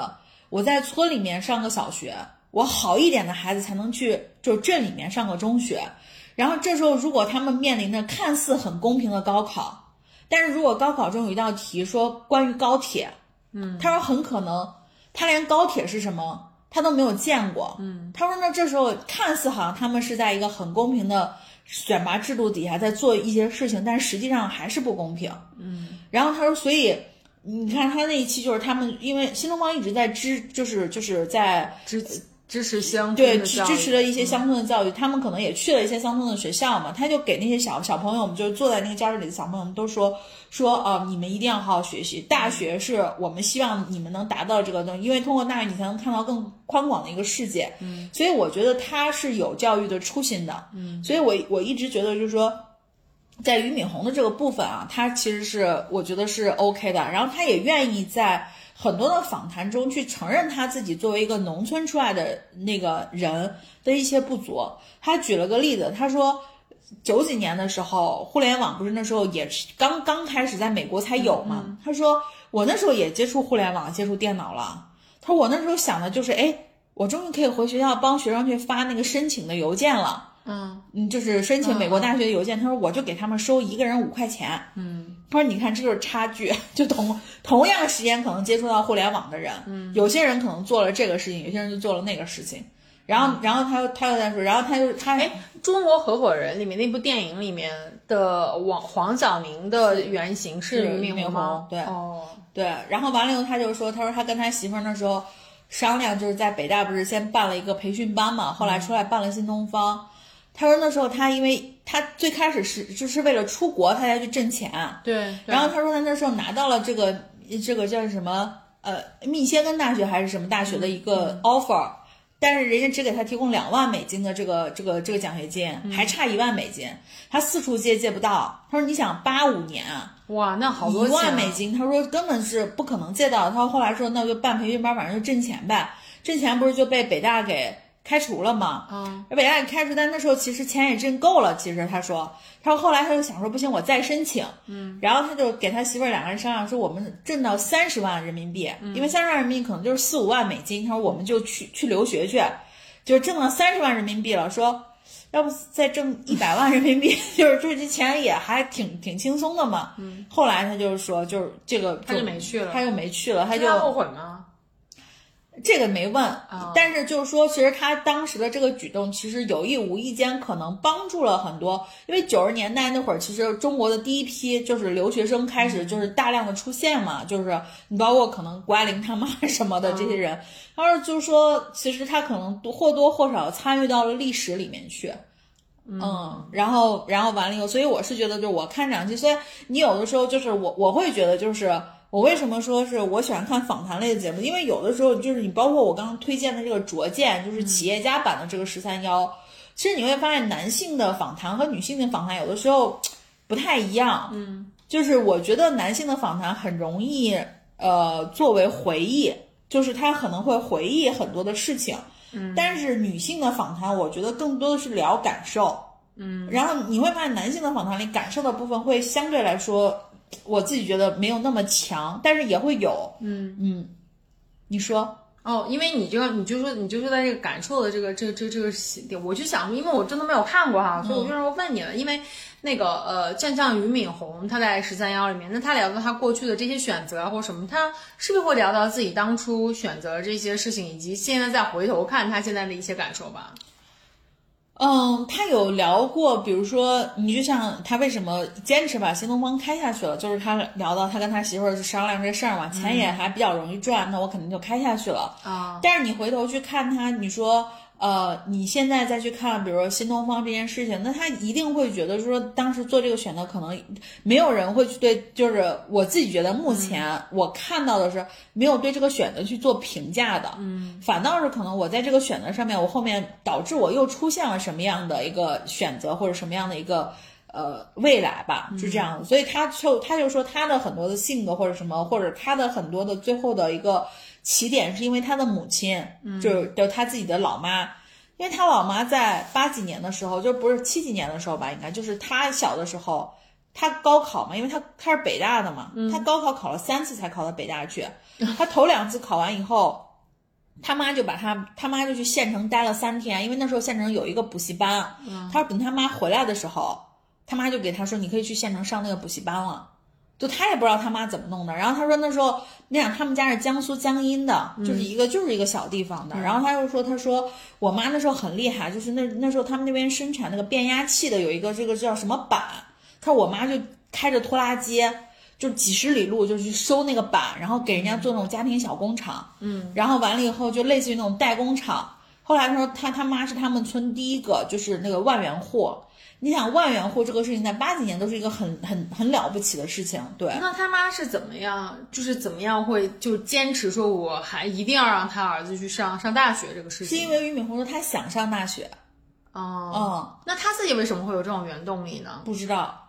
我在村里面上个小学，我好一点的孩子才能去就镇里面上个中学。然后这时候，如果他们面临的看似很公平的高考，但是如果高考中有一道题说关于高铁，嗯，他说很可能他连高铁是什么他都没有见过，嗯，他说那这时候看似好像他们是在一个很公平的选拔制度底下在做一些事情，但实际上还是不公平，嗯，然后他说所以。你看他那一期就是他们，因为新东方一直在支，就是就是在支支持乡村对的支教支育嗯持了一些乡村的教育，他们可能也去了一些乡村的学校嘛，他就给那些小小朋友们，就是坐在那个教室里的小朋友们都说说啊、你们一定要好好学习，嗯大学是我们希望你们能达到这个东西，因为通过大学你才能看到更宽广的一个世界，嗯，所以我觉得他是有教育的初心的，嗯，所以我我一直觉得就是说。在俞敏洪的这个部分啊，他其实是我觉得是 OK 的，然后他也愿意在很多的访谈中去承认他自己作为一个农村出来的那个人的一些不足。他举了个例子，他说九几年的时候，互联网不是那时候也是刚刚开始在美国才有嘛，他说我那时候也接触互联网，接触电脑了。他说我那时候想的就是，哎，我终于可以回学校帮学生去发那个申请的邮件了。嗯嗯，就是申请美国大学的邮件，他说我就给他们收一个人五块钱。嗯，他说你看这就是差距，就同同样的时间可能接触到互联网的人，嗯，有些人可能做了这个事情，有些人就做了那个事情。然后，然后他又他又在说，然后他又他哎，《中国合伙人》里面那部电影里面的王黄晓明的原型是是俞俞敏敏洪洪吗？对哦，对，然后完了以后他就说，他说他跟他媳妇儿那时候商量，就是在北大不是先办了一个培训班嘛，后来出来办了新东方。他说那时候他因为他最开始是就是为了出国，他才去挣钱，对，然后他说他那时候拿到了这个这个叫什么呃密歇根大学还是什么大学的一嗯个 offer，、但是人家只给他提供两万美金的这个这个这个奖学金，嗯还差一万美金，他四处借借不到。他说你想八五年啊。哇，那好多一钱万啊美金，他说根本是不可能借到的。他后来说，那就办培训班，反正就挣钱呗。挣钱不是就被北大给开除了吗？啊，北大给开除，但那时候其实钱也挣够了。其实他说，他说后来他就想说，不行，我再申请。嗯，然后他就给他媳妇儿两个人商量说，我们挣到三十万人民币，嗯因为三十万人民币可能就是四五万美金。他说我们就去去留学去，就是挣到三十万人民币了，说。要不再挣一百万人民币， 就是就是这钱也还挺挺轻松的嘛。嗯，后来他就是说，就是这个他就没去了啊他就没去了，他那就他后悔吗？这个没问，但是就是说，其实他当时的这个举动，其实有意无意间可能帮助了很多，因为九十年代那会儿，其实中国的第一批就是留学生开始就是大量的出现嘛，就是你包括可能谷爱凌他妈什么的这些人，然后就是说，其实他可能或多或少参与到了历史里面去。嗯，然后然后完了以后，所以我是觉得，就是我看两期，虽然你有的时候就是我我会觉得，就是我为什么说是我喜欢看访谈类的节目，因为有的时候就是你包括我刚刚推荐的这个《拙见》，就是企业家版的这个十三幺，其实你会发现男性的访谈和女性的访谈有的时候不太一样，嗯，就是我觉得男性的访谈很容易呃作为回忆，就是他可能会回忆很多的事情。嗯，但是女性的访谈，我觉得更多的是聊感受，然后你会发现男性的访谈里感受的部分会相对来说，我自己觉得没有那么强，但是也会有。嗯嗯，你说哦，因为你这个，你就说，你就说在这个感受的这个，这个这个这个喜点，我就想，因为我真的没有看过哈，嗯所以我就说问你了，因为那个呃，正像俞敏洪他在十三幺里面，那他聊到他过去的这些选择啊或什么，他是不是会聊到自己当初选择这些事情，以及现在再回头看他现在的一些感受吧？嗯，他有聊过，比如说，你就像他为什么坚持把新东方开下去了，就是他聊到他跟他媳妇儿商量这事儿嘛，钱也还比较容易赚，那我肯定就开下去了。啊，但是你回头去看他，你说，呃，你现在再去看，比如说新东方这件事情，那他一定会觉得说，当时做这个选择，可能没有人会去对，就是我自己觉得目前我看到的是没有对这个选择去做评价的，嗯，反倒是可能我在这个选择上面，我后面导致我又出现了什么样的一个选择或者什么样的一个。呃，未来吧，是这样的，所以他就他就说他的很多的性格或者什么，或者他的很多的最后的一个起点是因为他的母亲，就是就是他自己的老妈，因为他老妈在八几年的时候，就不是七几年的时候吧，应该就是他小的时候，他高考嘛，因为他他是北大的嘛，他高考考了三次才考到北大去，他头两次考完以后，他妈就把他他妈就去县城待了三天，因为那时候县城有一个补习班，他说等他妈回来的时候，他妈就给他说你可以去县城上那个补习班了。就他也不知道他妈怎么弄的，然后他说那时候，你想他们家是江苏江阴的，就是一个就是一个小地方的，然后他又说，他说我妈那时候很厉害，就是那那时候他们那边生产那个变压器的有一个这个叫什么板，他说我妈就开着拖拉机，就几十里路就去收那个板，然后给人家做那种家庭小工厂，嗯，然后完了以后就类似于那种代工厂。后来说他他妈是他们村第一个就是那个万元户，你想万元户这个事情在八几年都是一个很很很了不起的事情，对。那他妈是怎么样？就是怎么样会就坚持说我还一定要让他儿子去上上大学这个事是情？因为俞敏洪说他想上大学，哦，嗯，那他自己为什么会有这种原动力呢？不知道，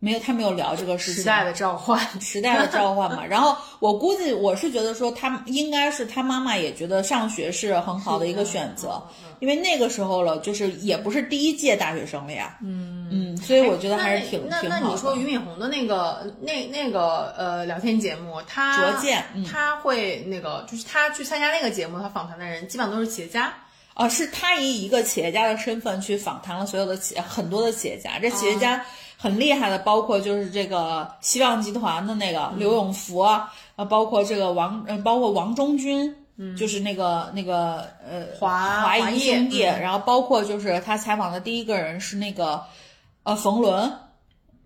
没有他没有聊这个事情。时代的召唤， 时代的召唤嘛。然后我估计我是觉得说他应该是他妈妈也觉得上学是很好的一个选择，因为那个时候了，就是也不是第一届大学生了呀。嗯嗯，所以我觉得还是挺那挺那好你的。说俞敏洪的那个那那个呃聊天节目，他拙见嗯他会那个就是他去参加那个节目，他访谈的人基本上都是企业家。啊，是他以一个企业家的身份去访谈了所有的企很多的企业家，这企业家很厉害的，包括就是这个希望集团的那个刘永福啊，呃包括这个王，呃，包括王中军，嗯，就是那个那个呃华华华谊谊兄弟，嗯然后包括就是他采访的第一个人是那个呃冯仑，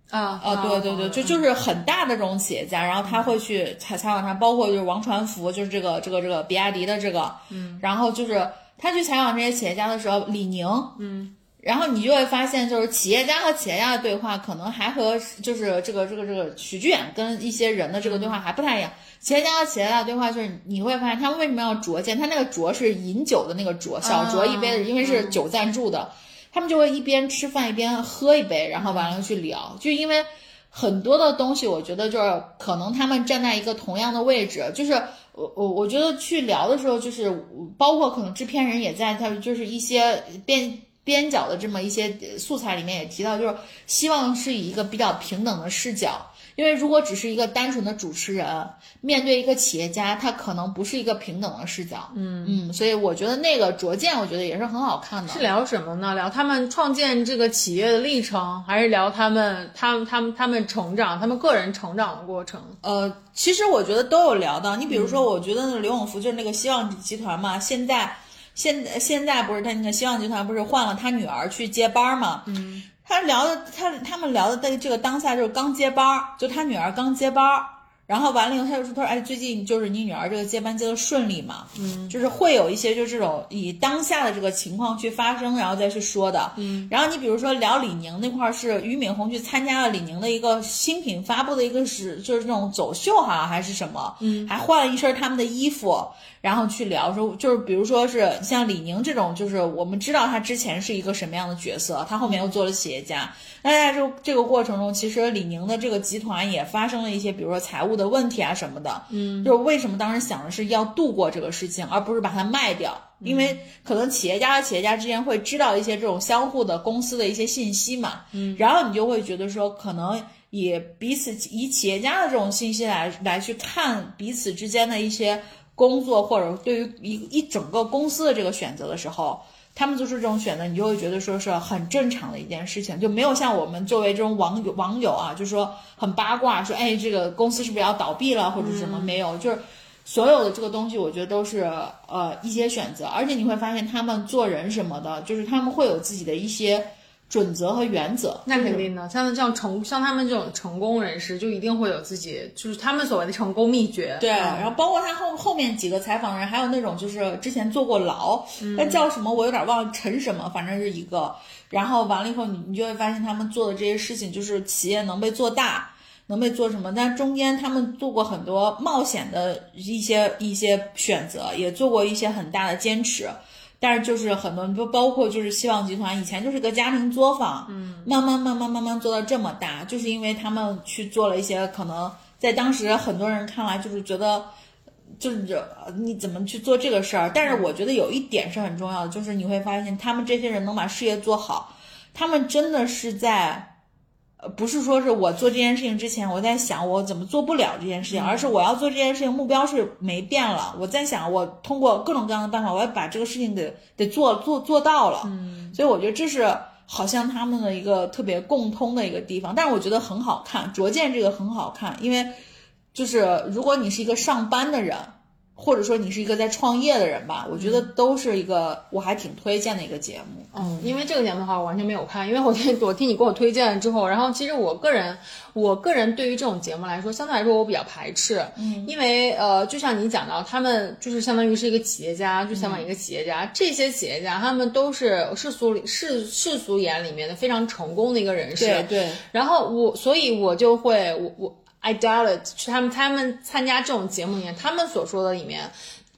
啊啊，对对对，就就是很大的这种企业家，然后他会去采采访他，包括就是王传福，就是这个这个这个比亚迪的这个，嗯，然后就是他去采访这些企业家的时候，李宁，嗯，然后你就会发现，就是企业家和企业家的对话，可能还和就是这个这个这个许志远跟一些人的这个对话还不太一样。企业家和企业家的对话就是你会发现他们为什么要酌见，他那个酌是饮酒的那个酌，小酌一杯的，因为是酒赞助的。他们就会一边吃饭一边喝一杯，然后完了去聊，就因为很多的东西，我觉得就是可能他们站在一个同样的位置，就是我我我觉得去聊的时候，就是包括可能制片人也在，他就是一些边边角的这么一些呃素材里面也提到，就是希望是以一个比较平等的视角。因为如果只是一个单纯的主持人面对一个企业家，他可能不是一个平等的视角。嗯嗯，所以我觉得那个拙见，我觉得也是很好看的。是聊什么呢？聊他们创建这个企业的历程，还是聊他们、他们、他们、他们成长、他们个人成长的过程？呃，其实我觉得都有聊到。你比如说，我觉得那刘永福就是那个希望集团嘛，现在现现在不是他那个希望集团不是换了他女儿去接班儿嘛？嗯，他聊的他他们聊的这个这个当下就是刚接班儿，就他女儿刚接班儿。然后完了以后，他就说：“他说，哎，最近就是你女儿这个接班接的顺利嘛，嗯，就是会有一些就这种以当下的这个情况去发生，然后再去说的，嗯。然后你比如说聊李宁那块儿，是俞敏洪去参加了李宁的一个新品发布的一个是就是那种走秀哈、还是什么，嗯，还换了一身他们的衣服，然后去聊说，就是比如说是像李宁这种，就是我们知道他之前是一个什么样的角色，他后面又做了企业家。那在这这个过程中，其实李宁的这个集团也发生了一些，比如说财务的问题啊什么的。嗯，就是为什么当时想的是要度过这个事情，而不是把它卖掉，因为可能企业家和企业家之间会知道一些这种相互的公司的一些信息嘛。嗯，然后你就会觉得说，可能也彼此以企业家的这种信息来来去看彼此之间的一些。工作或者对于一一整个公司的这个选择的时候，他们做出这种选择，你就会觉得说是很正常的一件事情，就没有像我们作为这种网友网友啊，就说很八卦，说哎这个公司是不是要倒闭了或者什么，没有，就是所有的这个东西，我觉得都是呃一些选择，而且你会发现他们做人什么的，就是他们会有自己的一些准则和原则，那就是肯定的，像像成像他们这种成功人士，就一定会有自己，就是他们所谓的成功秘诀。对，然后包括他后后面几个采访人，还有那种就是之前坐过牢，那、叫什么我有点忘了，陈什么，反正是一个。然后完了以后，你你就会发现他们做的这些事情，就是企业能被做大，能被做什么。但中间他们做过很多冒险的一些一些选择，也做过一些很大的坚持。但是就是很多，就包括就是希望集团以前就是个家庭作坊，嗯，慢慢慢慢慢慢做到这么大，就是因为他们去做了一些可能在当时很多人看来就是觉得，就是呃你怎么去做这个事儿？但是我觉得有一点是很重要的，就是你会发现他们这些人能把事业做好，他们真的是在呃，不是说是我做这件事情之前，我在想我怎么做不了这件事情，而是我要做这件事情目标是没变了。我在想，我通过各种各样的办法，我要把这个事情给得做做做到了。嗯，所以我觉得这是好像他们的一个特别共通的一个地方，但是我觉得很好看，拙见这个很好看，因为就是如果你是一个上班的人。或者说你是一个在创业的人吧，我觉得都是一个我还挺推荐的一个节目。嗯，因为这个节目的话，我完全没有看，因为我听我听你给我推荐了之后，然后其实我个人，我个人对于这种节目来说，相对来说我比较排斥，嗯，因为呃，就像你讲到，他们就是相当于是一个企业家，就相当于一个企业家，这些企业家他们都是世俗里世世俗眼里面的非常成功的一个人士，对对，然后我，所以我就会，我我 I doubt it，是他们他们参加这种节目里面，他们所说的里面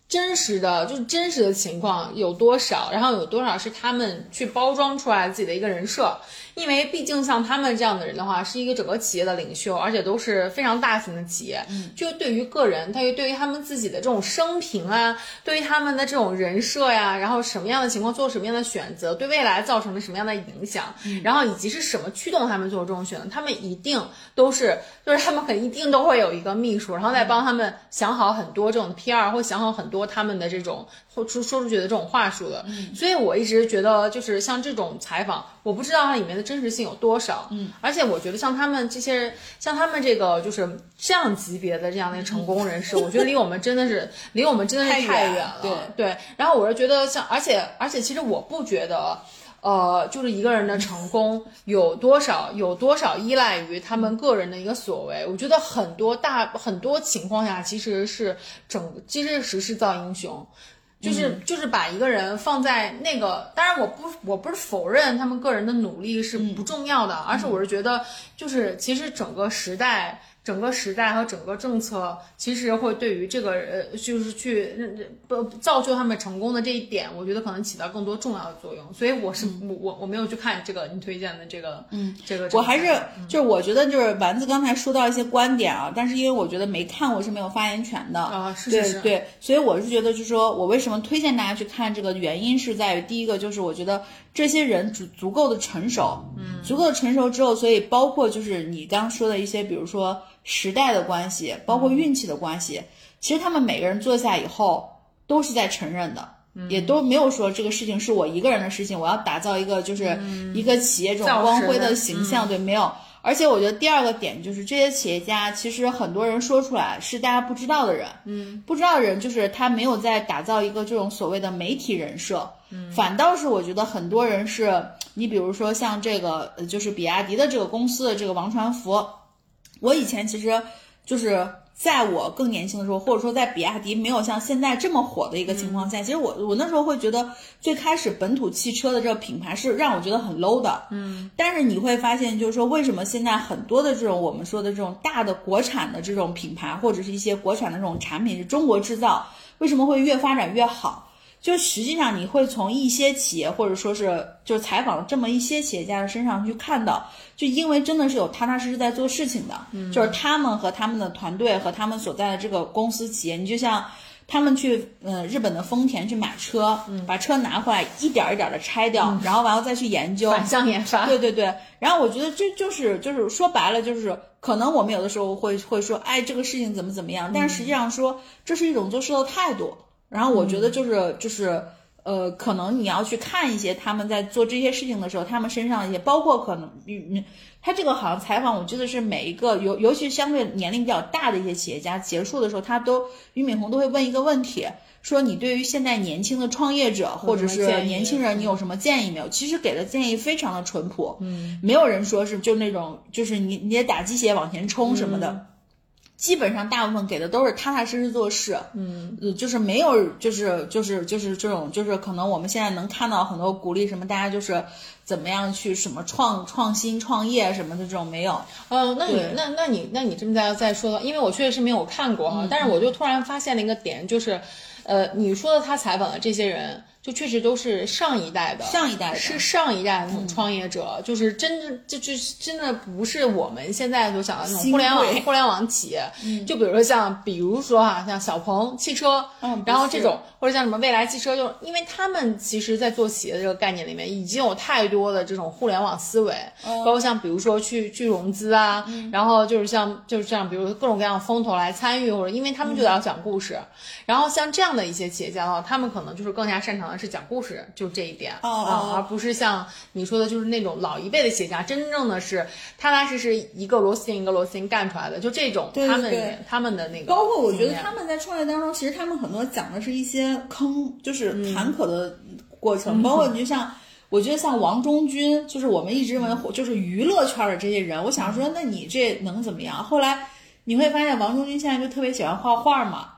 真实的就是真实的情况有多少，然后有多少是他们去包装出来自己的一个人设，因为毕竟像他们这样的人的话，是一个整个企业的领袖，而且都是非常大型的企业，就对于个人，他于对于他们自己的这种生平啊，对于他们的这种人设呀、然后什么样的情况做什么样的选择，对未来造成了什么样的影响，然后以及是什么驱动他们做这种选择，他们一定都是，就是他们肯一定都会有一个秘书，然后再帮他们想好很多这种 PR 或想好很多他们的这种或说说出去的这种话术的。所以我一直觉得，就是像这种采访，我不知道它里面的真实性有多少。嗯，而且我觉得像他们这些，像他们这个就是这样级别的这样的成功人士，我觉得离我们真的 是离我们真的是太嗯太远远了了。对，然后我是觉得像，而且而且，其实我不觉得，呃，就是一个人的成功有多少有多少依赖于他们个人的一个所为。我觉得很多大很多情况下，其实是整其实是制造英雄。就是嗯就是把一个人放在那个，当然我不我不是否认他们个人的努力是嗯不重要的，而是我是觉得就是其实整个时代。整个时代和整个政策其实会对于这个呃，就是去认认不造就他们成功的这一点，我觉得可能起到更多重要的作用。所以我是、我我我没有去看这个你推荐的这个嗯这个，嗯我还是就是我觉得就是丸子刚才说到一些观点啊，但是因为我觉得没看我是没有发言权的啊是是是对对，所以我是觉得就是说我为什么推荐大家去看这个原因是在于第一个就是我觉得这些人足足够的成熟，嗯，足够的成熟之后，所以包括就是你刚刚说的一些，比如说时代的关系，包嗯括运气的关系，其实他们每个人坐下以后都是在承认的。也都没有说这个事情是我一个人的事情，我要打造一个就是一个企业这种造光辉神的的形象，对，没有。而且我觉得第二个点就是这些企业家，其实很多人说出来是大家不知道的人，嗯，不知道的人就是他没有在打造一个这种所谓的媒体人设，嗯，反倒是我觉得很多人是，你比如说像这个呃就是比亚迪的这个公司的这个王传福，我以前其实就是在我更年轻的时候，或者说在比亚迪没有像现在这么火的一个情况下，其实我我那时候会觉得，最开始本土汽车的这个品牌是让我觉得很 low 的，嗯。但是你会发现，就是说为什么现在很多的这种我们说的这种大的国产的这种品牌，或者是一些国产的这种产品是中国制造，为什么会越发展越好？就实际上你会从一些企业或者说是就采访这么一些企业家的身上去看到，就因为真的是有踏踏实实在做事情的，就是他们和他们的团队和他们所在的这个公司企业，你就像。他们去呃日本的丰田去买车，把车拿回来一点儿一点的拆掉，然后完后再去研究，反向研发，对 对对，然后我觉得这就是就是说白了就是，可能我们有的时候会会说，哎，这个事情怎么怎么样，但实际上说这是一种做事的态度。然后我觉得就是、就是呃，可能你要去看一些他们在做这些事情的时候，他们身上也包括可能嗯嗯，他这个好像采访，我觉得是每一个尤尤其相对年龄比较大的一些企业家结束的时候，他都俞敏洪都会问一个问题。说你对于现在年轻的创业者或者是建议年轻人，你有什么建议没有？其实给的建议非常的淳朴，嗯，没有人说是就那种就是你你得打鸡血往前冲什么的，基本上大部分给的都是踏踏实实做事，嗯，就是没有就是就是就是这种就是可能我们现在能看到很多鼓励什么大家就是怎么样去什么创创新创业什么的这种没有，哦，那你对那那你那你这么在再说的，因为我确实啊是没嗯有看过哈，但是我就突然发现了一个点，就是，呃，你说的他采访的这些人，就确实都是上一代的，上一代的嗯是上一代的那种创业者，就是真的，就就是真的不是我们现在所想的那种新互联网贵互联网企业。就比如说像，比如说啊，像小鹏汽车，嗯然后不是这种或者像什么未来汽车，就因为他们其实在做企业的这个概念里面，已经有太多的这种互联网思维，哦包括像比如说去去融资啊，嗯然后就是像就是这样，比如各种各样的风投来参与，或者因为他嗯们就要讲故事，然后像这样的一些企业家的话，他们可能就是更加擅长的是讲故事，就这一点哦啊哦，而不是像你说的，就是那种老一辈的企业家，真正的是踏踏实实一个螺丝钉一个螺丝钉干出来的，就这种对他对对们他们的那个经验，包括我觉得他们在创业当中，其实他们很多讲的是一些坑，就是坎坷的过程。包括你就像，我觉得像王中军，就是我们一直认为火就是娱乐圈的这些人，我想说，那你这能怎么样？后来你会发现，王中军现在就特别喜欢画画嘛。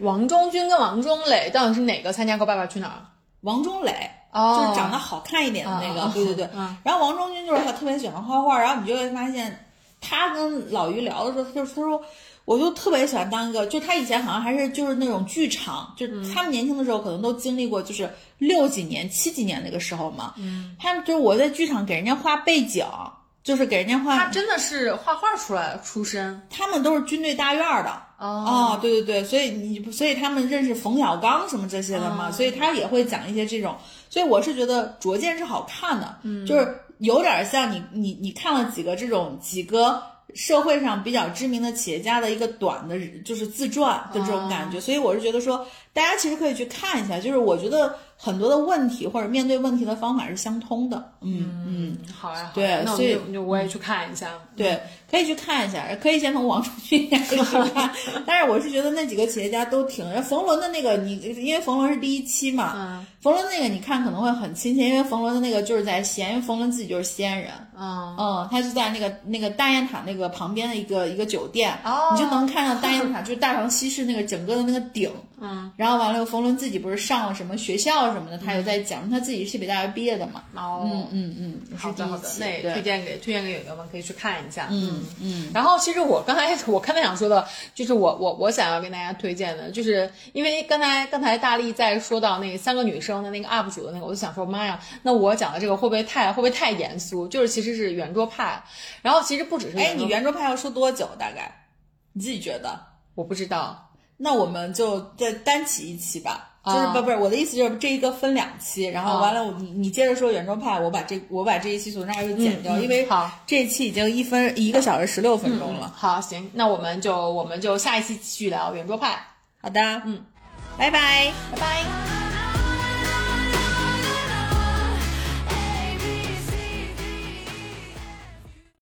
王中军跟王中磊到底是哪个参加过《爸爸去哪儿王中磊哦就是长得好看一点的那个，哦对对对。嗯然后王中军就是他特别喜欢画画，然后你就会发现，他跟老于聊的时候，他就他说。我就特别喜欢当一个，就他以前好像还是就是那种剧场，嗯就是他们年轻的时候可能都经历过，就是六几年、七几年那个时候嘛。嗯，他们就是我在剧场给人家画背景，就是给人家》？画，他真的是画画出来出身他们都是军队大院儿的。哦，哦，对对对，所以你所以他们认识冯小刚什么这些的嘛，所以他也会讲一些这种，所以我是觉得《拙见》是好看的，就是有点像你你你看了几个这种几个社会上比较知名的企业家的一个短的，就是自传的这种感觉，所以我是觉得说大家其实可以去看一下，就是我觉得很多的问题或者面对问题的方法是相通的，嗯嗯，好呀，好呀对那我所以们就就我也去看一下。对，可以去看一下，可以先从王中军开始 看。但是我是觉得那几个企业家都挺，冯仑的那个你，因为冯仑是第一期嘛，嗯冯仑那个你看可能会很亲切，因为冯仑的那个就是在西安，因为冯仑自己就是西安人，嗯，嗯，他就在那个那个大雁塔那个旁边的一个一个酒店，哦你就能看到大 雁塔，就是大唐西市那个整个的那个顶，嗯，然后完了，冯仑自己不是上了什么学校什么的，他有在讲，他自己是北大学毕业的嘛，嗯哦，嗯嗯，是好第的好一的，期，那也对推荐给推荐给友友们可以去看一下。嗯嗯。然后其实我刚才我刚才想说的，就是我我我想要跟大家推荐的，就是因为刚才刚才大力在说到那三个女生的那个 UP 主的那个，我就想说妈呀，那我讲的这个会不会太会不会太严肃？就是其实是圆桌派，然后其实不只是哎，你圆桌圆桌派要说多久？大概你自己觉得？我不知道那我们就再单起一期吧。就是啊不不是我的意思，就是这一个分两期，然后啊完了我你你接着说圆桌派，我把这我把这一期从这儿就剪掉，嗯嗯因为好嗯这一期已经一分一个小时十六分钟了。好行，那我们就我们就下一期继续聊圆桌派，好的，嗯，拜拜。拜拜。